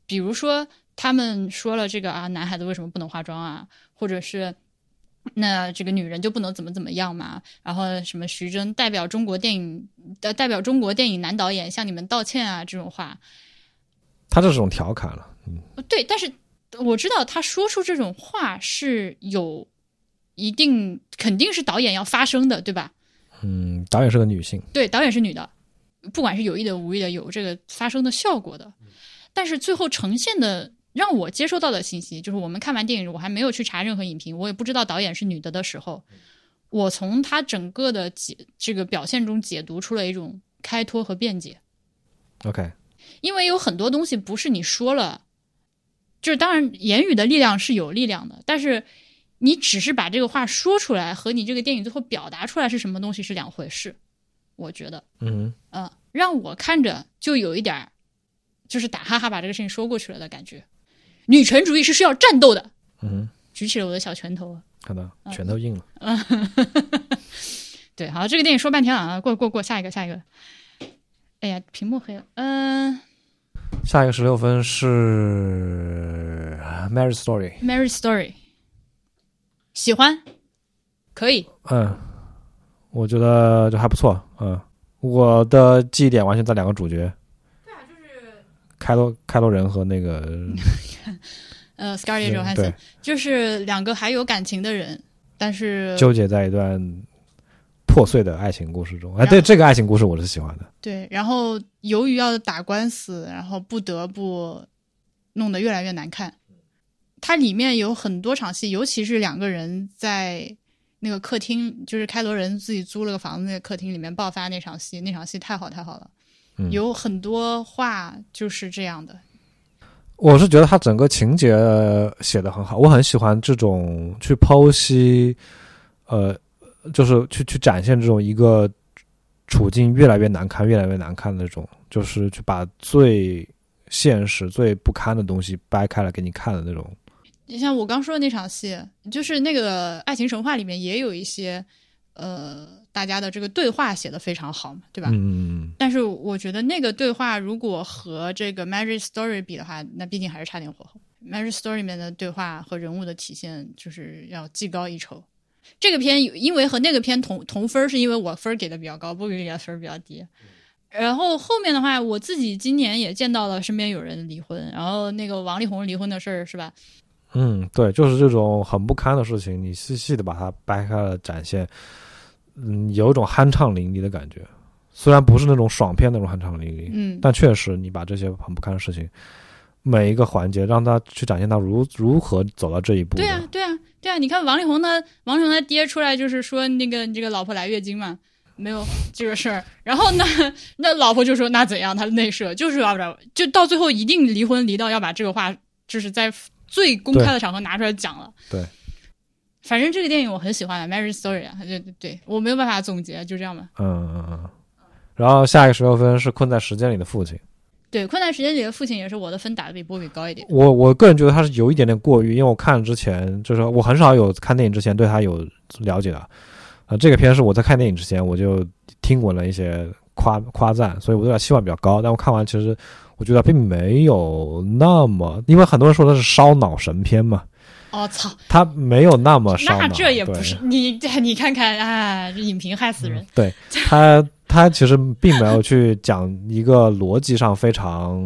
A: 比如说，他们说了这个啊，男孩子为什么不能化妆啊，或者是那这个女人就不能怎么怎么样嘛。然后什么徐峥代表中国电影，呃，代表中国电影男导演向你们道歉啊，这种话。哦
B: 他这是种调侃了。
A: 对，但是我知道他说出这种话是有一定，肯定是导演要发声的，对吧？
B: 嗯，导演是个女性，
A: 对，导演是女的，不管是有意的无意的，有这个发生的效果的。但是最后呈现的，让我接收到的信息，就是我们看完电影，我还没有去查任何影评，我也不知道导演是女的的时候，我从她整个的解这个表现中解读出了一种开脱和辩解。
B: OK，
A: 因为有很多东西不是你说了，就是当然言语的力量是有力量的，但是你只是把这个话说出来和你这个电影最后表达出来是什么东西是两回事，我觉得，
B: 嗯
A: 嗯，让我看着就有一点儿就是打哈哈把这个事情说过去了的感觉。女权主义是需要战斗的，
B: 嗯，
A: 举起了我的小拳头啊。
B: 好的，拳头硬了。
A: 对，好，这个电影说半天了啊，过过过，下一个下一个。哎呀，屏幕黑了，嗯、
B: 下一个十六分是《Marriage Story》。
A: m a r r y Story》，喜欢，可以，
B: 嗯，我觉得就还不错。嗯，我的记忆点完全在两个主角。对啊，就是开罗开罗人和那 <laughs> 个
A: 呃，Scarlett
B: 嗯对
A: Johansson 就是两个还有感情的人，但是
B: 纠结在一段破碎的爱情故事中。哎，
A: 然后
B: 对这个爱情故事我是喜欢的。
A: 对，然后由于要打官司，然后不得不弄得越来越难看。它里面有很多场戏，尤其是两个人在那个客厅，就是开罗人自己租了个房子，那个客厅里面爆发那场戏，那场戏太好太好了，
B: 嗯
A: 有很多话就是这样的。
B: 我是觉得他整个情节呃写的很好，我很喜欢这种去剖析，呃，就是去去展现这种一个处境越来越难堪，越来越难看的那种，就是去把最现实、最不堪的东西掰开来给你看的那种。
A: 你像我刚说的那场戏，就是那个《爱情神话》里面也有一些，呃，大家的这个对话写的非常好嘛，对吧？
B: 嗯，
A: 但是我觉得那个对话如果和这个《Marriage Story》比的话，那毕竟还是差点火候。《Marriage Story》里面的对话和人物的体现，就是要技高一筹。这个片因为和那个片同同分儿，是因为我分儿给的比较高，波比给的分儿比较低。然后后面的话，我自己今年也见到了身边有人离婚，然后那个王力宏离婚的事儿是吧？
B: 嗯，对，就是这种很不堪的事情，你细细的把它掰开了展现，嗯，有一种酣畅淋漓的感觉。虽然不是那种爽片那种酣畅淋漓，
A: 嗯，
B: 但确实你把这些很不堪的事情，每一个环节让他去展现他如如何走到这一步的。
A: 对啊，对啊，对啊！你看王力宏他王力宏他爹出来就是说那个你这个老婆来月经嘛，没有这个事儿。然后呢， <laughs> 那老婆就说那怎样？他内射就是要把就到最后一定离婚离到要把这个话就是在最公开的场合拿出来讲了。
B: 对
A: 反正这个电影我很喜欢的《Marriage Story》啊，对对对，我没有办法总结，就这样吧。
B: 嗯嗯嗯。然后下一个十六分是困在时间里的父亲。
A: 对，困难时间里的父亲也是我的分打的比波比高一点。
B: 我我个人觉得他是有一点点过于，因为我看之前就是我很少有看电影之前对他有了解的，啊、这个片是我在看电影之前我就听闻了一些夸夸赞，所以我对他期望比较高，但我看完其实我觉得并没有那么，因为很多人说他是烧脑神片嘛，
A: 哦操，
B: 他没有那么烧脑，
A: 那这也不
B: 对嗯
A: 是你你看看啊，影评害死人。
B: 对他，他其实并没有去讲一个逻辑上非常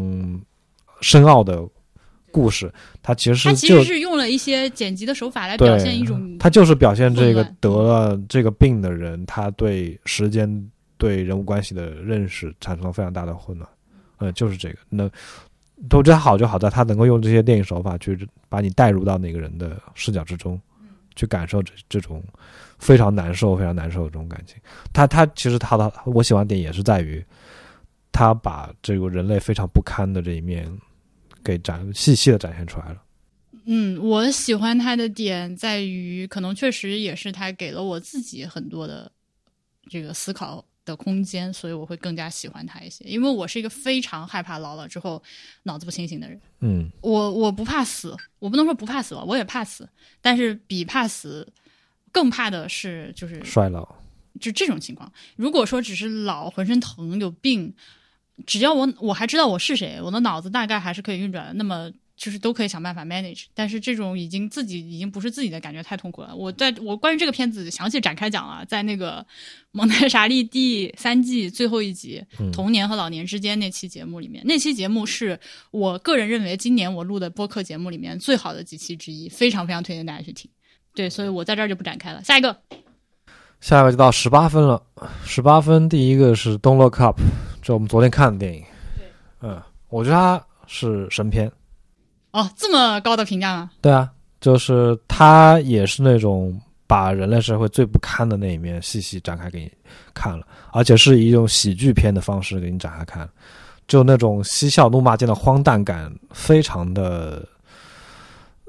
B: 深奥的故事，他其
A: 他
B: 实
A: 其
B: 就
A: 实是用了一些剪辑的手法来表
B: 对
A: 现一种
B: 他就是表现这个
A: 混乱嗯
B: 得了这个病的人，他对时间、对人物关系的认识产生了非常大的混乱。嗯，就是这个。那我觉得好就好在他能够用这些电影手法去把你带入到那个人的视角之中，
A: 嗯
B: 去感受这这种非常难受、非常难受的这种感情。他他其实他的我喜欢的点也是在于，他把这个人类非常不堪的这一面给展细细的展现出来了。
A: 嗯，我喜欢他的点在于，可能确实也是他给了我自己很多的这个思考的空间，所以我会更加喜欢他一些。因为我是一个非常害怕老了之后脑子不清醒的人，
B: 嗯
A: 我我不怕死，我不能说不怕死吧，我也怕死，但是比怕死更怕的是就是
B: 衰老。
A: 就这种情况，如果说只是老、浑身疼、有病，只要我我还知道我是谁，我的脑子大概还是可以运转的，那么就是都可以想办法 manage。但是这种已经自己已经不是自己的感觉，太痛苦了。我在我关于这个片子详细展开讲了，在那个《蒙娜莎莉》第三季最后一集
B: 嗯
A: 《童年和老年之间》那期节目里面，那期节目是我个人认为今年我录的播客节目里面最好的几期之一，非常非常推荐大家去听。对，所以我在这儿就不展开了。下一个，
B: 下一个就到十八分了，十八分第一个是《Don't Look Up》，这我们昨天看的电影。嗯，我觉得它是神片。
A: 哦，这么高的评价吗？
B: 对啊，就是它也是那种把人类社会最不堪的那一面细细展开给你看了，而且是以一种喜剧片的方式给你展开看，就那种嬉笑怒骂间的荒诞感，非常的。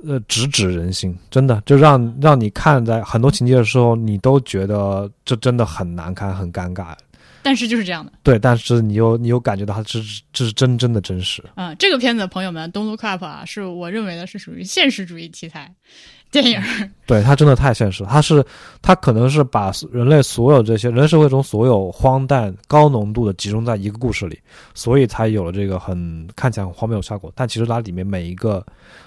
B: 呃，直指人心，真的就让让你看在很多情节的时候，你都觉得这真的很难堪、很尴尬，
A: 但是就是这样的
B: 对，但是你又你又感觉到它这是这是真正的真实，
A: 啊、这个片子朋友们，《Don't Look Up》啊，是我认为的是属于现实主义题材电影。
B: 对它真的太现实了。它是它可能是把人类所有这些人类社会中所有荒诞高浓度的集中在一个故事里，所以才有了这个很看起来很荒谬的效果。但其实它里面每一个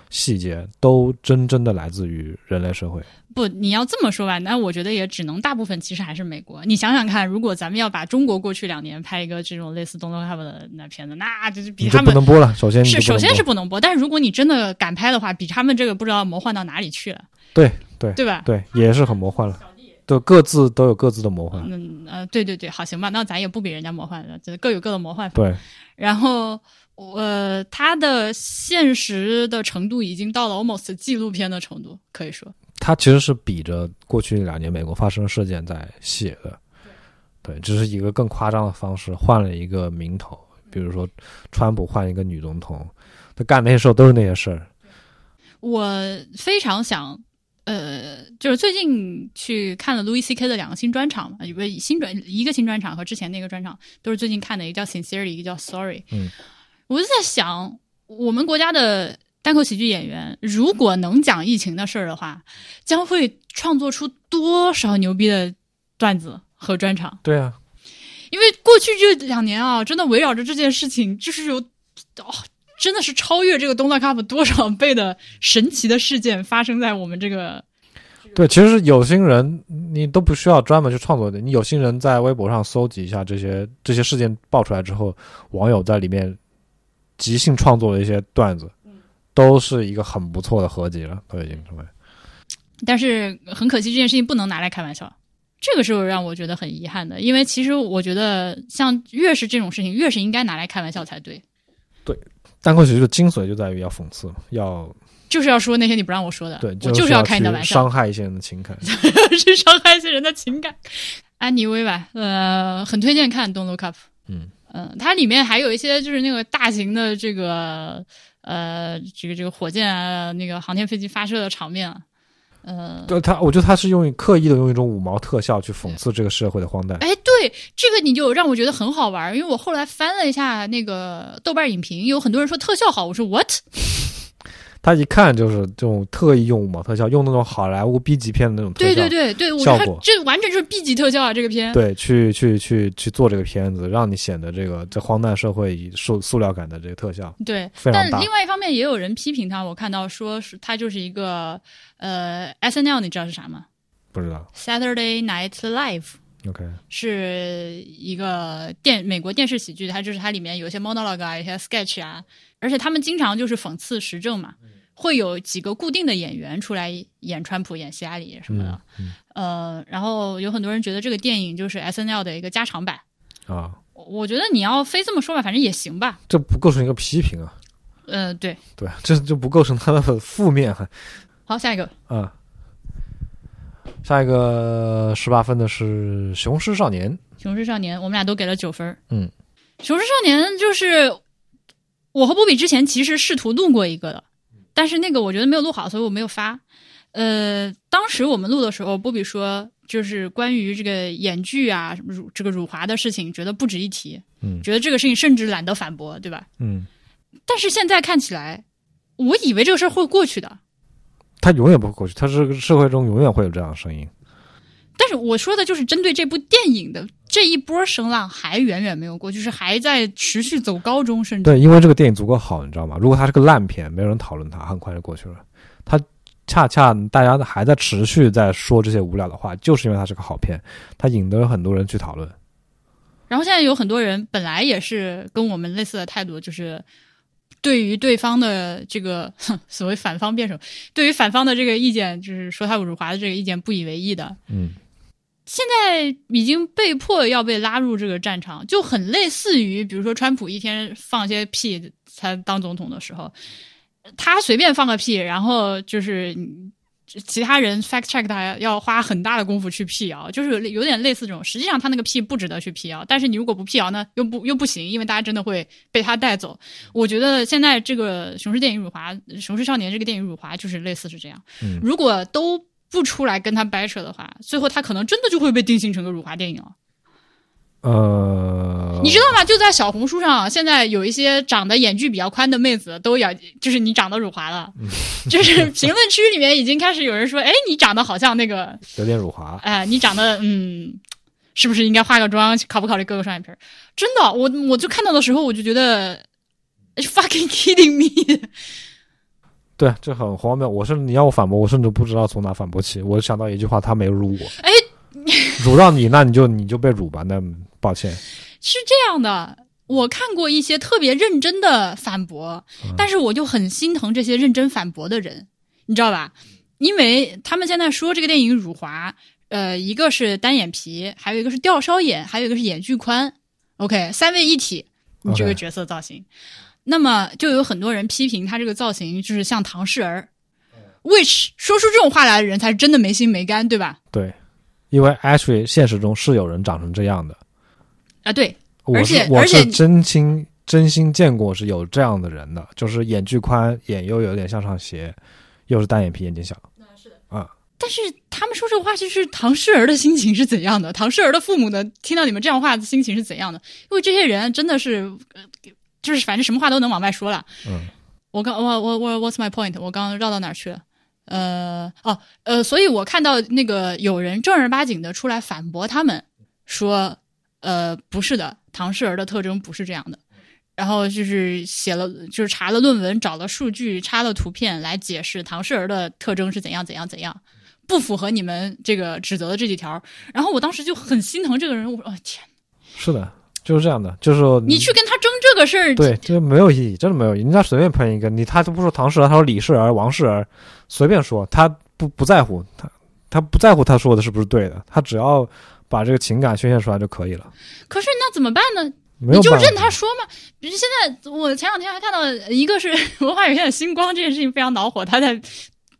B: 细节都真正的来自于人类社会。
A: 不，你要这么说吧，那我觉得也只能大部分其实还是美国。你想想看，如果咱们要把中国过去两年拍一个这种类似《Don't Look Up》的那片子，那就是比
B: 你就
A: 他
B: 不
A: 们
B: 能播了，首先你
A: 是
B: 就嗯不
A: 首
B: 能
A: 先是不
B: 播
A: 能播，但是如果你真的敢拍的话，比他们这个不知道魔幻到哪里去了，
B: 对对
A: 对吧？
B: 对，也是很魔幻了，对，各自都有各自的魔幻，
A: 嗯呃，对对对，好行吧，那咱也不比人家魔幻了，就是各有各的魔幻法。
B: 对，
A: 然后呃，它的现实的程度已经到了 almost 纪录片的程度，可以说，
B: 它其实是比着过去两年美国发生的事件在写的，对，只是一个更夸张的方式，换了一个名头，比如说川普换一个女总统，他干那些事儿都是那些事儿，
A: 我非常想呃，就是最近去看了 Louis C.K. 的两个新专场嘛，不是新专一个新专场和之前那个专场都是最近看的，一个叫 Sincerely，一个叫 Sorry。
B: 嗯，
A: 我就在想，我们国家的单口喜剧演员如果能讲疫情的事儿的话，将会创作出多少牛逼的段子和专场？
B: 对啊，
A: 因为过去这两年啊，真的围绕着这件事情，就是有哦，真的是超越这个东大 cup 多少倍的神奇的事件发生在我们这个。
B: 对，其实有心人你都不需要专门去创作的，你有心人在微博上搜集一下这些这些事件爆出来之后，网友在里面即兴创作的一些段子，都是一个很不错的合集了，都已经成为。
A: 但是很可惜，这件事情不能拿来开玩笑，这个是让我觉得很遗憾的。因为其实我觉得，像越是这种事情，越是应该拿来开玩笑才对。
B: 单口喜剧的精髓就在于要讽刺，要
A: 就是要说那些你不让我说的，
B: 对，
A: 我就是要
B: 要
A: 开你的
B: 去
A: 玩笑，
B: 伤害一些人的
A: <laughs>
B: 情感。
A: 是伤害一些人的情感。安妮薇吧，呃，很推荐看《Don't Look Up》。
B: 嗯
A: 嗯，它里面还有一些就是那个大型的这个呃，这个这个火箭啊，那个航天飞机发射的场面啊，呃，
B: 对他，我觉得他是用刻意的用一种五毛特效去讽刺这个社会的荒诞。
A: 哎，对，这个你就让我觉得很好玩儿，因为我后来翻了一下那个豆瓣影评，有很多人说特效好，我说 what？
B: 他一看就是这种特意用五毛特效，用那种好莱坞 B 级片的那种特
A: 对对
B: 效，
A: 对对，我觉得
B: 效
A: 它
B: 果
A: 这完全就是 B 级特效啊，这个片。
B: 对去去去去做这个片子，让你显得这个这荒诞社会以塑塑料感的这个特效。
A: 对，
B: 非常
A: 但
B: 大
A: 另外一方面也有人批评他，我看到说是他就是一个呃 S N L，你知道是啥吗
B: 不知道
A: ？Saturday Night Live。
B: ，OK，
A: 是一个电美国电视喜剧，它就是它里面有一些 monologue 啊，有一些 sketch 啊，而且他们经常就是讽刺时政
B: 嗯
A: 嘛，会有几个固定的演员出来演川普、演希拉里什么的
B: 嗯。嗯
A: 呃，然后有很多人觉得这个电影就是 S N L 的一个加长版，
B: 啊，
A: 我我觉得你要非这么说吧，反正也行吧。
B: 这不构成一个批评啊，
A: 呃，对，
B: 对，这就不构成它的负面啊。
A: 好，下一个，
B: 啊下一个十八分的是《雄狮少年》，
A: 《雄狮少年》，我们俩都给了九分。
B: 嗯，
A: 《雄狮少年》就是我和波比之前其实试图录过一个的，但是那个我觉得没有录好，所以我没有发。呃，当时我们录的时候，波比说就是关于这个演剧啊，什么辱这个辱华的事情，觉得不值一提，
B: 嗯
A: 觉得这个事情甚至懒得反驳，对吧？
B: 嗯，
A: 但是现在看起来，我以为这个事儿会过去的，
B: 它永远不会过去，它是个社会中永远会有这样的声音。
A: 但是我说的就是针对这部电影的这一波声浪还远远没有过，就是还在持续走高中，甚至
B: 对，因为这个电影足够好，你知道吗？如果它是个烂片，没有人讨论它，很快就过去了。它恰恰大家还在持续在说这些无聊的话，就是因为它是个好片，它引得了很多人去讨论。
A: 然后现在有很多人本来也是跟我们类似的态度，就是对于对方的这个 <laughs> 哼所谓反方辩手，对于反方的这个意见，就是说他辱华的这个意见不以为意的，
B: 嗯，
A: 现在已经被迫要被拉入这个战场，就很类似于比如说川普一天放些屁才当总统的时候，他随便放个屁，然后就是嗯其他人 fact check 他要花很大的功夫去辟谣，就是有点类似这种。实际上他那个屁不值得去辟谣，但是你如果不辟谣呢，又不又不行，因为大家真的会被他带走。我觉得现在这个《雄狮电影辱华》《雄狮少年》这个电影辱华就是类似是这样。
B: 嗯
A: 如果都不出来跟他掰扯的话，最后他可能真的就会被定性成个辱华电影了。
B: 呃，
A: 你知道吗？就在小红书上，现在有一些长得眼距比较宽的妹子都要，就是你长得辱华了，就是评论区里面已经开始有人说，哎，你长得好像那个，
B: 有点辱华，
A: 哎、你长得嗯，是不是应该化个妆？考不考虑割个双眼皮儿？真的，我我就看到的时候，我就觉得哎 fucking kidding me，
B: 对，这很荒谬。我甚至你要我反驳，我甚至不知道从哪反驳起。我想到一句话，他没辱我，
A: 哎， <laughs>
B: 辱到你，那你就你就被辱吧，那抱歉。
A: 是这样的。我看过一些特别认真的反驳，但是我就很心疼这些认真反驳的人，你知道吧？因为他们现在说这个电影辱华，呃，一个是单眼皮，还有一个是吊梢眼，还有一个是眼距宽，OK，三位一体，你这个
B: OK
A: 角色造型。那么就有很多人批评他这个造型就是像唐氏儿，which 说出这种话来的人才是真的没心没肝，对吧？
B: 对，因为 actually 现实中是有人长成这样的，
A: 啊，对，
B: 我
A: 而
B: 是
A: 且
B: 我
A: 而且
B: 是真心真心见过是有这样的人的，就是眼距宽，眼又有点向上斜，又是单眼皮，眼睛小。啊。
A: 但是他们说这话，就是唐诗儿的心情是怎样的？唐诗儿的父母呢，听到你们这样话的心情是怎样的？因为这些人真的是，呃就是反正什么话都能往外说了。
B: 嗯，
A: 我刚我我我 What's my point？我刚刚绕到哪儿去了？呃，哦，呃，所以我看到那个有人正儿八经的出来反驳他们，说，呃，不是的，唐氏儿的特征不是这样的。然后就是写了，就是查了论文，找了数据，插了图片来解释唐氏儿的特征是怎样怎样怎样，不符合你们这个指责的这几条。然后我当时就很心疼这个人，我说，哦天，
B: 是的，就是这样的，就是说
A: 你去跟他争这个事儿，
B: 对，这没有意义，真的没有意义。人家随便喷一个，你他都不说唐氏儿，他说李氏儿、王氏儿，随便说，他不不在乎，他他不在乎他说的是不是对的，他只要把这个情感宣泄出来就可以了。
A: 可是那怎么办呢？
B: 没
A: 你
B: 有
A: 就
B: 办法
A: 任他说嘛。比如现在，我前两天还看到一个是 <laughs> 文化有限的星光这件事情非常恼火，他在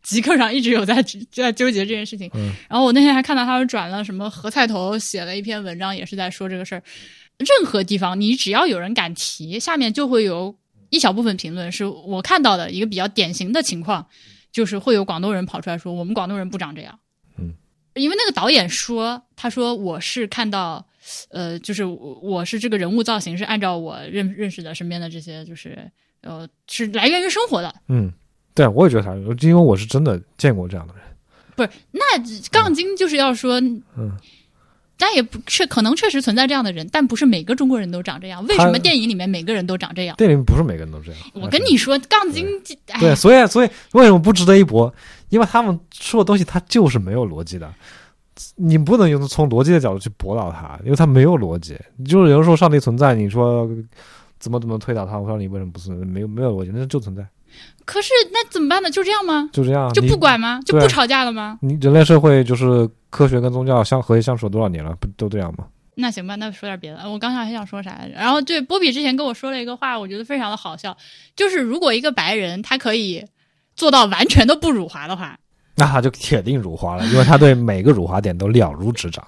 A: 极客上一直有在在纠结这件事情。
B: 嗯
A: 然后我那天还看到他们转了什么何菜头写了一篇文章，也是在说这个事儿。任何地方，你只要有人敢提，下面就会有一小部分评论是我看到的一个比较典型的情况，就是会有广东人跑出来说我们广东人不长这样。
B: 嗯，
A: 因为那个导演说，他说我是看到。呃，就是我我是这个人物造型是按照我认认识的身边的这些，就是呃，是来源于生活的。
B: 嗯，对，我也觉得他，因为我是真的见过这样的人。
A: 那杠精就是要说，
B: 嗯，
A: 但也不确可能确实存在这样的人，但不是每个中国人都长这样。为什么
B: 他
A: 电影里面每个人都长这样？
B: 电影不是每个人都这样。
A: 我跟你说，杠精，哎，
B: 对，所以所以为什么不值得一搏？因为他们说的东西，它就是没有逻辑的。你不能用从逻辑的角度去驳倒它，因为它没有逻辑。就是有人说上帝存在，你说怎么怎么推倒它？我说你为什么不存在？没有没有逻辑，那就存在，
A: 可是那怎么办呢？就这样吗？
B: 就这样。
A: 就
B: 啊你
A: 不管吗？就
B: 对
A: 不吵架了吗？
B: 你人类社会就是科学跟宗教相和谐相处了多少年了？不都这样吗？
A: 那行吧，那说点别的。呃我刚才还想说啥来着？然后对波比之前跟我说了一个话，我觉得非常的好笑，就是如果一个白人他可以做到完全都不辱华的话，
B: 那他就铁定辱华了，因为他对每个辱华点都了如指掌。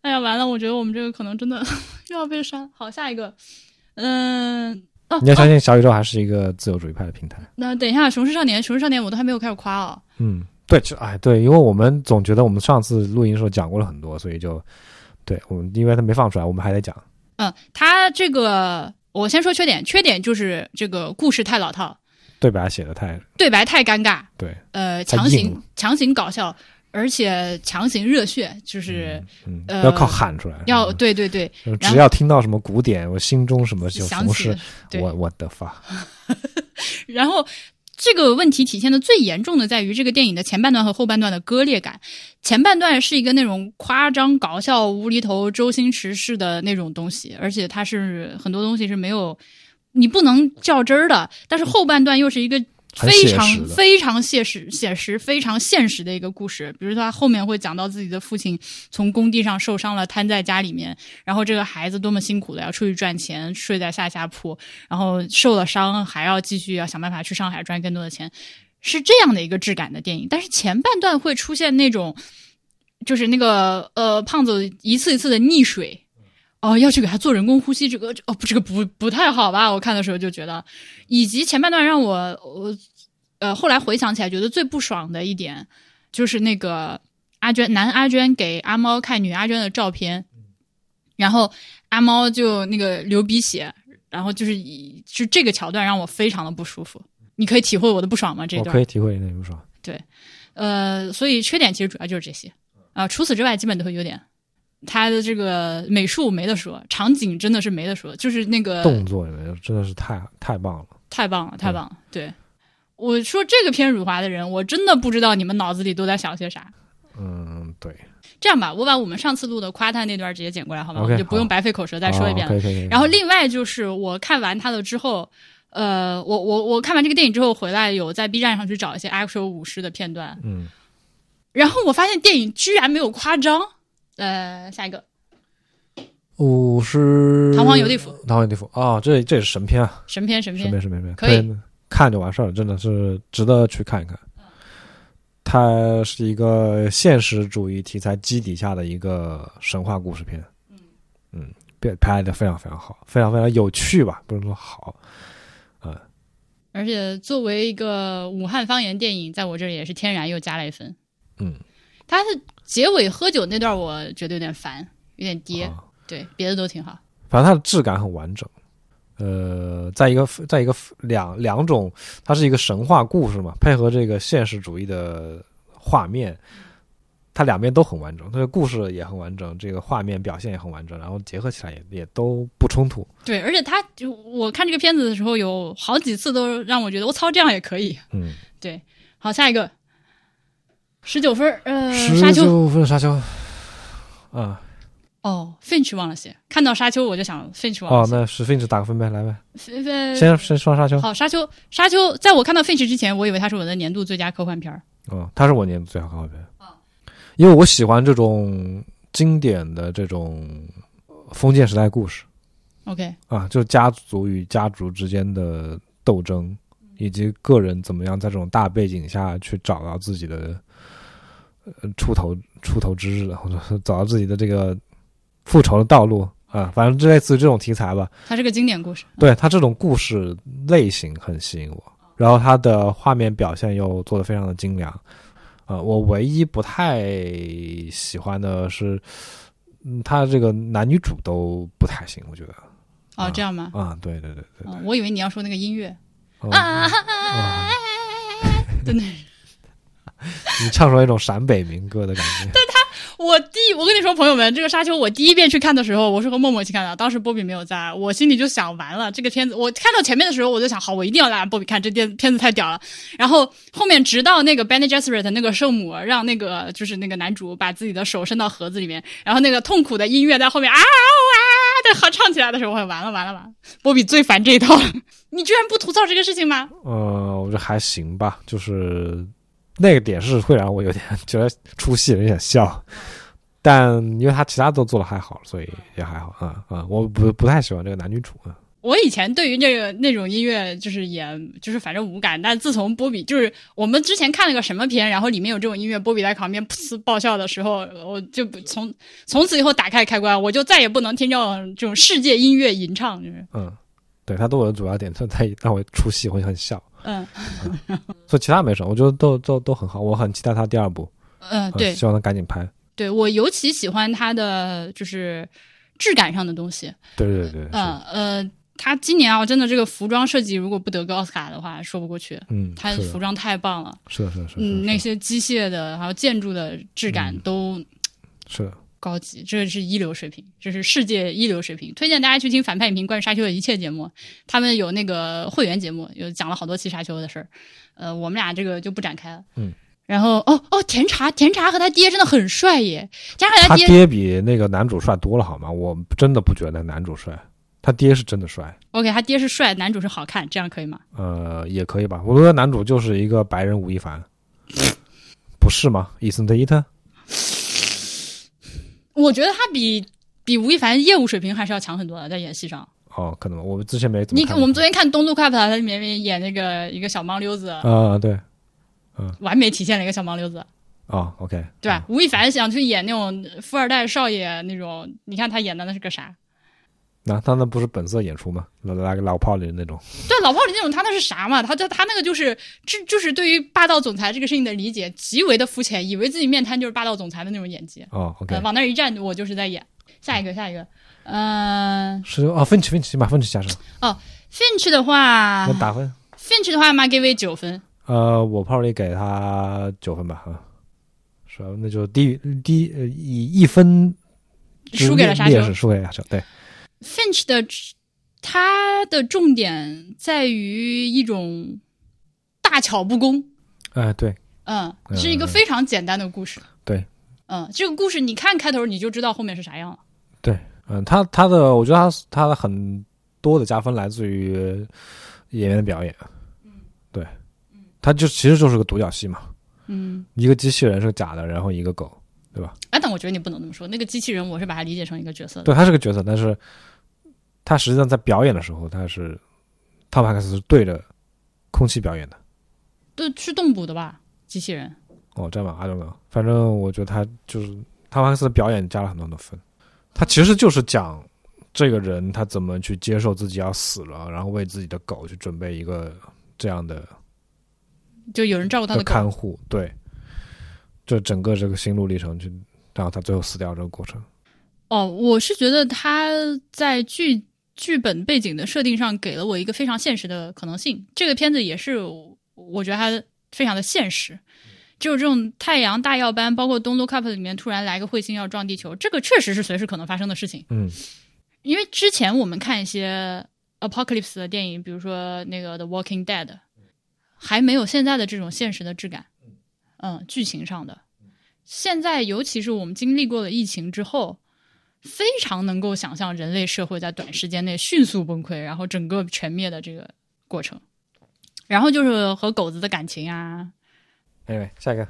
A: 哎呀，完了，我觉得我们这个可能真的 <laughs> 又要被删。好，下一个，嗯、哦，
B: 你要相
A: 哦
B: 信小宇宙还是一个自由主义派的平台。
A: 那等一下，熊市少年，熊市少年，我都还没有开始夸哦。
B: 嗯，对，就哎，对，因为我们总觉得我们上次录音的时候讲过了很多，所以就对我们，因为他没放出来，我们还得讲。
A: 嗯，他这个我先说缺点，缺点就是这个故事太老套，
B: 对白写的太
A: 对白太尴尬，
B: 对，
A: 呃，
B: 太
A: 强
B: 硬
A: 行
B: 了
A: 强行搞笑，而且强行热血，就是
B: 嗯，
A: 呃
B: 要靠喊出来，
A: 要、
B: 嗯
A: 对对对，然
B: 只
A: 后
B: 要听到什么鼓点，我心中什么就
A: 想
B: 红
A: 起
B: 是，
A: 对
B: 我我的发，
A: 然后这个问题体现的最严重的在于这个电影的前半段和后半段的割裂感。前半段是一个那种夸张、搞笑、无厘头、周星驰式的那种东西，而且它是很多东西是没有你不能较真儿的。但是后半段又是一个。
B: 很
A: 非
B: 写实
A: 常
B: 的
A: 非常写实、写实、非常现实的一个故事。比如说，他后面会讲到自己的父亲从工地上受伤了，瘫在家里面，然后这个孩子多么辛苦的要出去赚钱，睡在下下铺，然后受了伤还要继续要想办法去上海赚更多的钱，是这样的一个质感的电影。但是前半段会出现那种，就是那个呃胖子一次一次的溺水，哦、要去给他做人工呼吸，这个哦不这个不不太好吧？我看的时候就觉得，以及前半段让我我呃后来回想起来觉得最不爽的一点就是那个。阿娟，男阿娟给阿猫看女阿娟的照片，然后阿猫就那个流鼻血，然后就是以就这个桥段让我非常的不舒服。你可以体会我的不爽吗？这
B: 我
A: 段
B: 可以体会那种爽。
A: 呃，所以缺点其实主要就是这些啊、除此之外，基本都是优点。他的这个美术没得说，场景真的是没得说，就是那个
B: 动嗯作也没有真的是太太棒了。
A: 太棒了，太棒了。对，我说这个偏辱华的人，我真的不知道你们脑子里都在想些啥。
B: 嗯，对，
A: 这样吧，我把我们上次录的夸他那段直接剪过来好吗？我
B: OK，
A: 们就不用
B: 好
A: 白费口舌，再说一遍了
B: 啊。可以可以可以。
A: 然后另外就是我看完他了之后，呃，我我我看完这个电影之后回来，有在 B 站上去找一些 actual 舞狮的片段，
B: 嗯，
A: 然后我发现电影居然没有夸张。呃，下一个
B: 五十
A: 《
B: 《
A: 唐皇游地府》
B: 唐皇游地府》啊，这这也是神片啊。
A: 神片神
B: 顺
A: 片，
B: 便顺便顺便，
A: 可以
B: 推看就完事儿了，真的是值得去看一看。它是一个现实主义题材基底下的一个神话故事片，嗯嗯，拍拍的非常非常好，非常非常有趣吧，不能说好，
A: 而且作为一个武汉方言电影，在我这里也是天然又加了一分。
B: 嗯，
A: 它的结尾喝酒那段，我觉得有点烦，有点跌。
B: 啊
A: 对，别的都挺好。
B: 反正它的质感很完整。呃，在一个在一个两两种，它是一个神话故事嘛，配合这个现实主义的画面，它两边都很完整，它的故事也很完整，这个画面表现也很完整，然后结合起来也也都不冲突。
A: 对，而且他，我看这个片子的时候，有好几次都让我觉得，我操，这样也可以。
B: 嗯，
A: 对，好，下一个，十九分儿，呃，沙
B: 十
A: 丘。
B: 九分沙丘，啊
A: 哦，Finch 忘了写，看到沙丘我就想 Finch 忘
B: 哦
A: 了，写。呃
B: 那十分就打个分呗，来呗，
A: f- f-
B: 先先说沙丘。
A: 好，沙丘，沙丘，在我看到 Finch 之前，我以为它是我的年度最佳科幻片儿。
B: 嗯，它是我年度最好看的片。因为我喜欢这种经典的这种封建时代故事
A: OK，
B: 啊，就是家族与家族之间的斗争，以及个人怎么样在这种大背景下去找到自己的呃出头出头之日，或者是找到自己的这个复仇的道路啊，反正就类似于这种题材吧。
A: 它是个经典故事。
B: 对他这种故事类型很吸引我，然后他的画面表现又做得非常的精良。呃，我唯一不太喜欢的是，嗯，他这个男女主都不太行，我觉得
A: 哦，
B: 啊
A: 这样吗？
B: 啊，对对对对，
A: 哦，我以为你要说那个音乐
B: 哦
A: 啊，
B: 啊，
A: 真的。
B: 你唱出来一种陕北民歌的感觉。
A: 我第一我跟你说，朋友们，这个沙丘我第一遍去看的时候，我是和默默去看的，当时波比没有在，我心里就想完了，这个片子我看到前面的时候，我就想好，我一定要拉波比看这电片子太屌了。然后后面直到那个 Benny Gesserit 那个圣母让那个就是那个男主把自己的手伸到盒子里面，然后那个痛苦的音乐在后面啊哇的合唱起来的时候，我想完了完了完了，波比最烦这一套了，你居然不吐槽这个事情吗？
B: 呃，我觉得还行吧，就是那个点是会让我有点觉得出戏，有点想笑。但因为他其他都做的还好，所以也还好啊啊！我不不太喜欢这个男女主啊。
A: 我以前对于这个那种音乐，就是也就是反正无感，但自从波比就是我们之前看了个什么片，然后里面有这种音乐，波比在旁边噗呲爆笑的时候，我就不从 <laughs> 从此以后打开开关，我就再也不能听到这种世界音乐吟唱，就是
B: 嗯，对，他对我的主要点就在于让我出戏会很笑，
A: 嗯
B: 所以其他没什么，我觉得都都都很好，我很期待他第二部，
A: 嗯，
B: 嗯
A: 对
B: 希望他赶紧拍。
A: 对，我尤其喜欢它的就是质感上的东西，
B: 对对对，
A: 嗯呃，他今年啊，真的这个服装设计如果不得个奥斯卡的话，说不过去，
B: 嗯，
A: 他
B: 是
A: 服装太棒了。
B: 是的是的是的
A: 嗯，
B: 是
A: 那
B: 的
A: 些机械的还有建筑的质感
B: 嗯
A: 都
B: 是的，
A: 高级，这是一流水平，这是世界一流水平。推荐大家去听反派影评关于沙丘的一切节目，他们有那个会员节目，有讲了好多期沙丘的事儿。呃，我们俩这个就不展开了。
B: 嗯。
A: 然后哦哦，甜茶甜茶和他爹真的很帅耶，甜茶和
B: 他
A: 爹
B: 爹比那个男主帅多了好吗？我真的不觉得男主帅，他爹是真的帅。
A: OK，他爹是帅，男主是好看，这样可以吗？
B: 呃，也可以吧。我觉得男主就是一个白人吴亦凡，不是吗？Isn't it？
A: 我觉得他比比吴亦凡业务水平还是要强很多的，在演戏上。
B: 哦，可能吧我们之前没怎么
A: 你
B: 看过。
A: 我们昨天看《东路 Cup》，他里面演那个一个小盲溜子，
B: 啊、对啊、
A: 完美体现了一个小盲溜子。
B: 哦、，OK，
A: 对啊吧？吴亦凡想去演那种富二代少爷那种，你看他演的那是个啥？
B: 那、他那不是本色演出吗？老那个老炮里的那种。
A: 对，老炮儿里那种他那是啥嘛？他他他那个就是这就是对于霸道总裁这个事情的理解极为的肤浅，以为自己面瘫就是霸道总裁的那种演技，
B: 哦，OK，
A: 呃，往那儿一站，我就是在演。下一个，下一个，嗯、
B: 是哦，分歧分歧，把分歧加上，
A: f i n c h 的话
B: 我打分。
A: ，Finch 的话嘛，给为九分。
B: 呃，我泡里给他九分吧，啊，是吧？那就低低呃以一分之
A: 输给了沙丘
B: 劣势输给了沙丘，对，
A: Finch 的他的重点在于一种大巧不工，
B: 哎、对，
A: 嗯，是一个非常简单的故事。
B: 对，
A: 嗯，这个故事你看开头你就知道后面是啥样了。
B: 嗯，他他的我觉得他他的很多的加分来自于演员的表演，对，他就其实就是个独角戏嘛，
A: 嗯，
B: 一个机器人是个假的，然后一个狗，
A: 哎，但我觉得你不能这么说。那个机器人，我是把它理解成一个角色的。
B: 对，他是个角色，但是他实际上在表演的时候，他是汤姆汉克斯是对着空气表演的。
A: 对，是动捕的吧？机器人。
B: 哦，这样吧，I don't know，反正我觉得他就是汤姆汉克斯的表演加了很多的分，他其实就是讲这个人他怎么去接受自己要死了，然后为自己的狗去准备一个这样的
A: 就有人照顾他的狗。
B: 看护，对，就整个这个心路历程，就然后他最后死掉这个过程，
A: 哦，我是觉得他在剧剧本背景的设定上给了我一个非常现实的可能性。这个片子也是，我觉得它非常的现实。就是这种太阳大耀斑，包括《Don't Look Up》里面突然来个彗星要撞地球，这个确实是随时可能发生的事情。
B: 嗯，
A: 因为之前我们看一些 apocalypse 的电影，比如说那个《The Walking Dead》，还
B: 嗯
A: 没有现在的这种现实的质感。嗯，剧情上的，现在尤其是我们经历过了疫情之后，非常能够想象人类社会在短时间内迅速崩溃，然后整个全灭的这个过程。然后就是和狗子的感情啊，
B: 哎喂，下一个，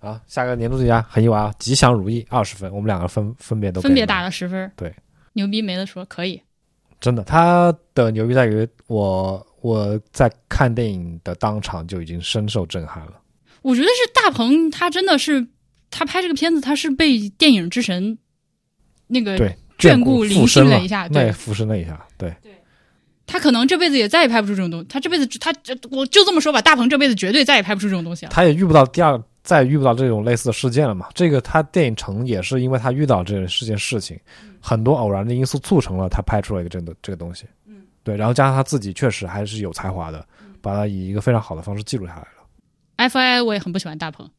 B: 好，下个年度最佳很意外啊，吉祥如意二十分，我们两个分分别都
A: 分别
B: 给了
A: 打了十分，
B: 对，
A: 牛逼没得说，可以。
B: 真的，他的牛逼在于我我在看电影的当场就已经深受震撼了。
A: 我觉得是大鹏，他真的是他拍这个片子，他是被电影之神那个，
B: 对，
A: 眷
B: 眷
A: 顾
B: 顾
A: 灵
B: 附身
A: 性了
B: 了
A: 一下
B: 那
A: 对
B: 附身了一下，对，
A: 他可能这辈子也再也拍不出这种东西。他这辈子只他这我就这么说吧，大鹏这辈子绝对再也拍不出这种东西了。
B: 他也遇不到第二，再也遇不到这种类似的事件了嘛。这个他电影城也是因为他遇到这这件事情，
A: 嗯
B: 很多偶然的因素促成了他拍出了一个这个这个东西，嗯，对，然后加上他自己确实还是有才华的，
A: 嗯
B: 把它以一个非常好的方式记录下来了。
A: F I 我也很不喜欢大鹏，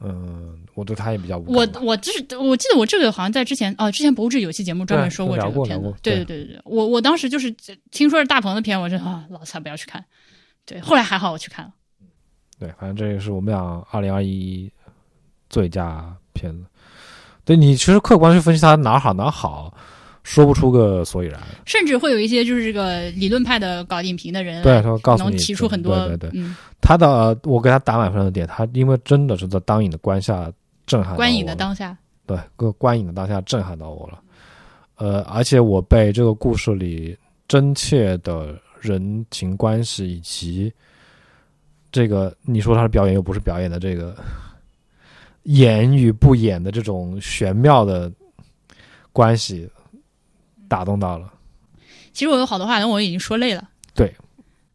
B: 嗯，我对他也比较无感
A: 我
B: 吧
A: 我就是我记得我这个好像在之前哦，之前博物志有期节目专门说这
B: 对
A: 个
B: 聊过
A: 片子
B: 聊过，
A: 对
B: 对
A: 对对对，我我当时就是听说是大鹏的片，我就啊老惨不要去看，对，后来还好我去看了。
B: 对，反正这也是我们俩二零二一最佳片子。对你其实客观去分析它哪儿好哪儿好，说不出个所以然。
A: 甚至会有一些就是这个理论派的搞影评的人，啊
B: 对，他告诉
A: 能
B: 你
A: 提出很多，
B: 对对对，
A: 嗯，
B: 他的呃我给他打满分的点，他因为真的是在当影的观下震撼到
A: 观影的
B: 我了
A: 当下，
B: 对，个观影的当下震撼到我了。呃，而且我被这个故事里真切的人情关系以及这个你说他是表演又不是表演的这个演与不演的这种玄妙的关系打动到了。
A: 其实我有好多话，但我已经说累了。
B: 对，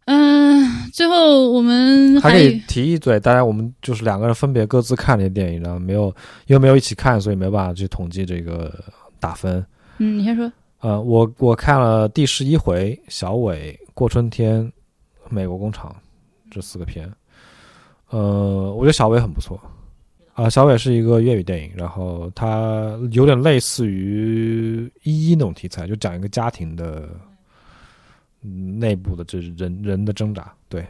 A: 嗯、最后我们嗯还
B: 还可以提一嘴，当然我们就是两个人分别各自看这些电影，然后没有因为没有一起看，所以没办法去统计这个打分。
A: 嗯，你先说，
B: 呃，我我看了第十一回小伟过春天，美国工厂这四个片。呃，我觉得小伟很不错。啊、小伟是一个粤语电影，然后它有点类似于一一那种题材，就讲一个家庭的嗯内部的这人人的挣扎。对，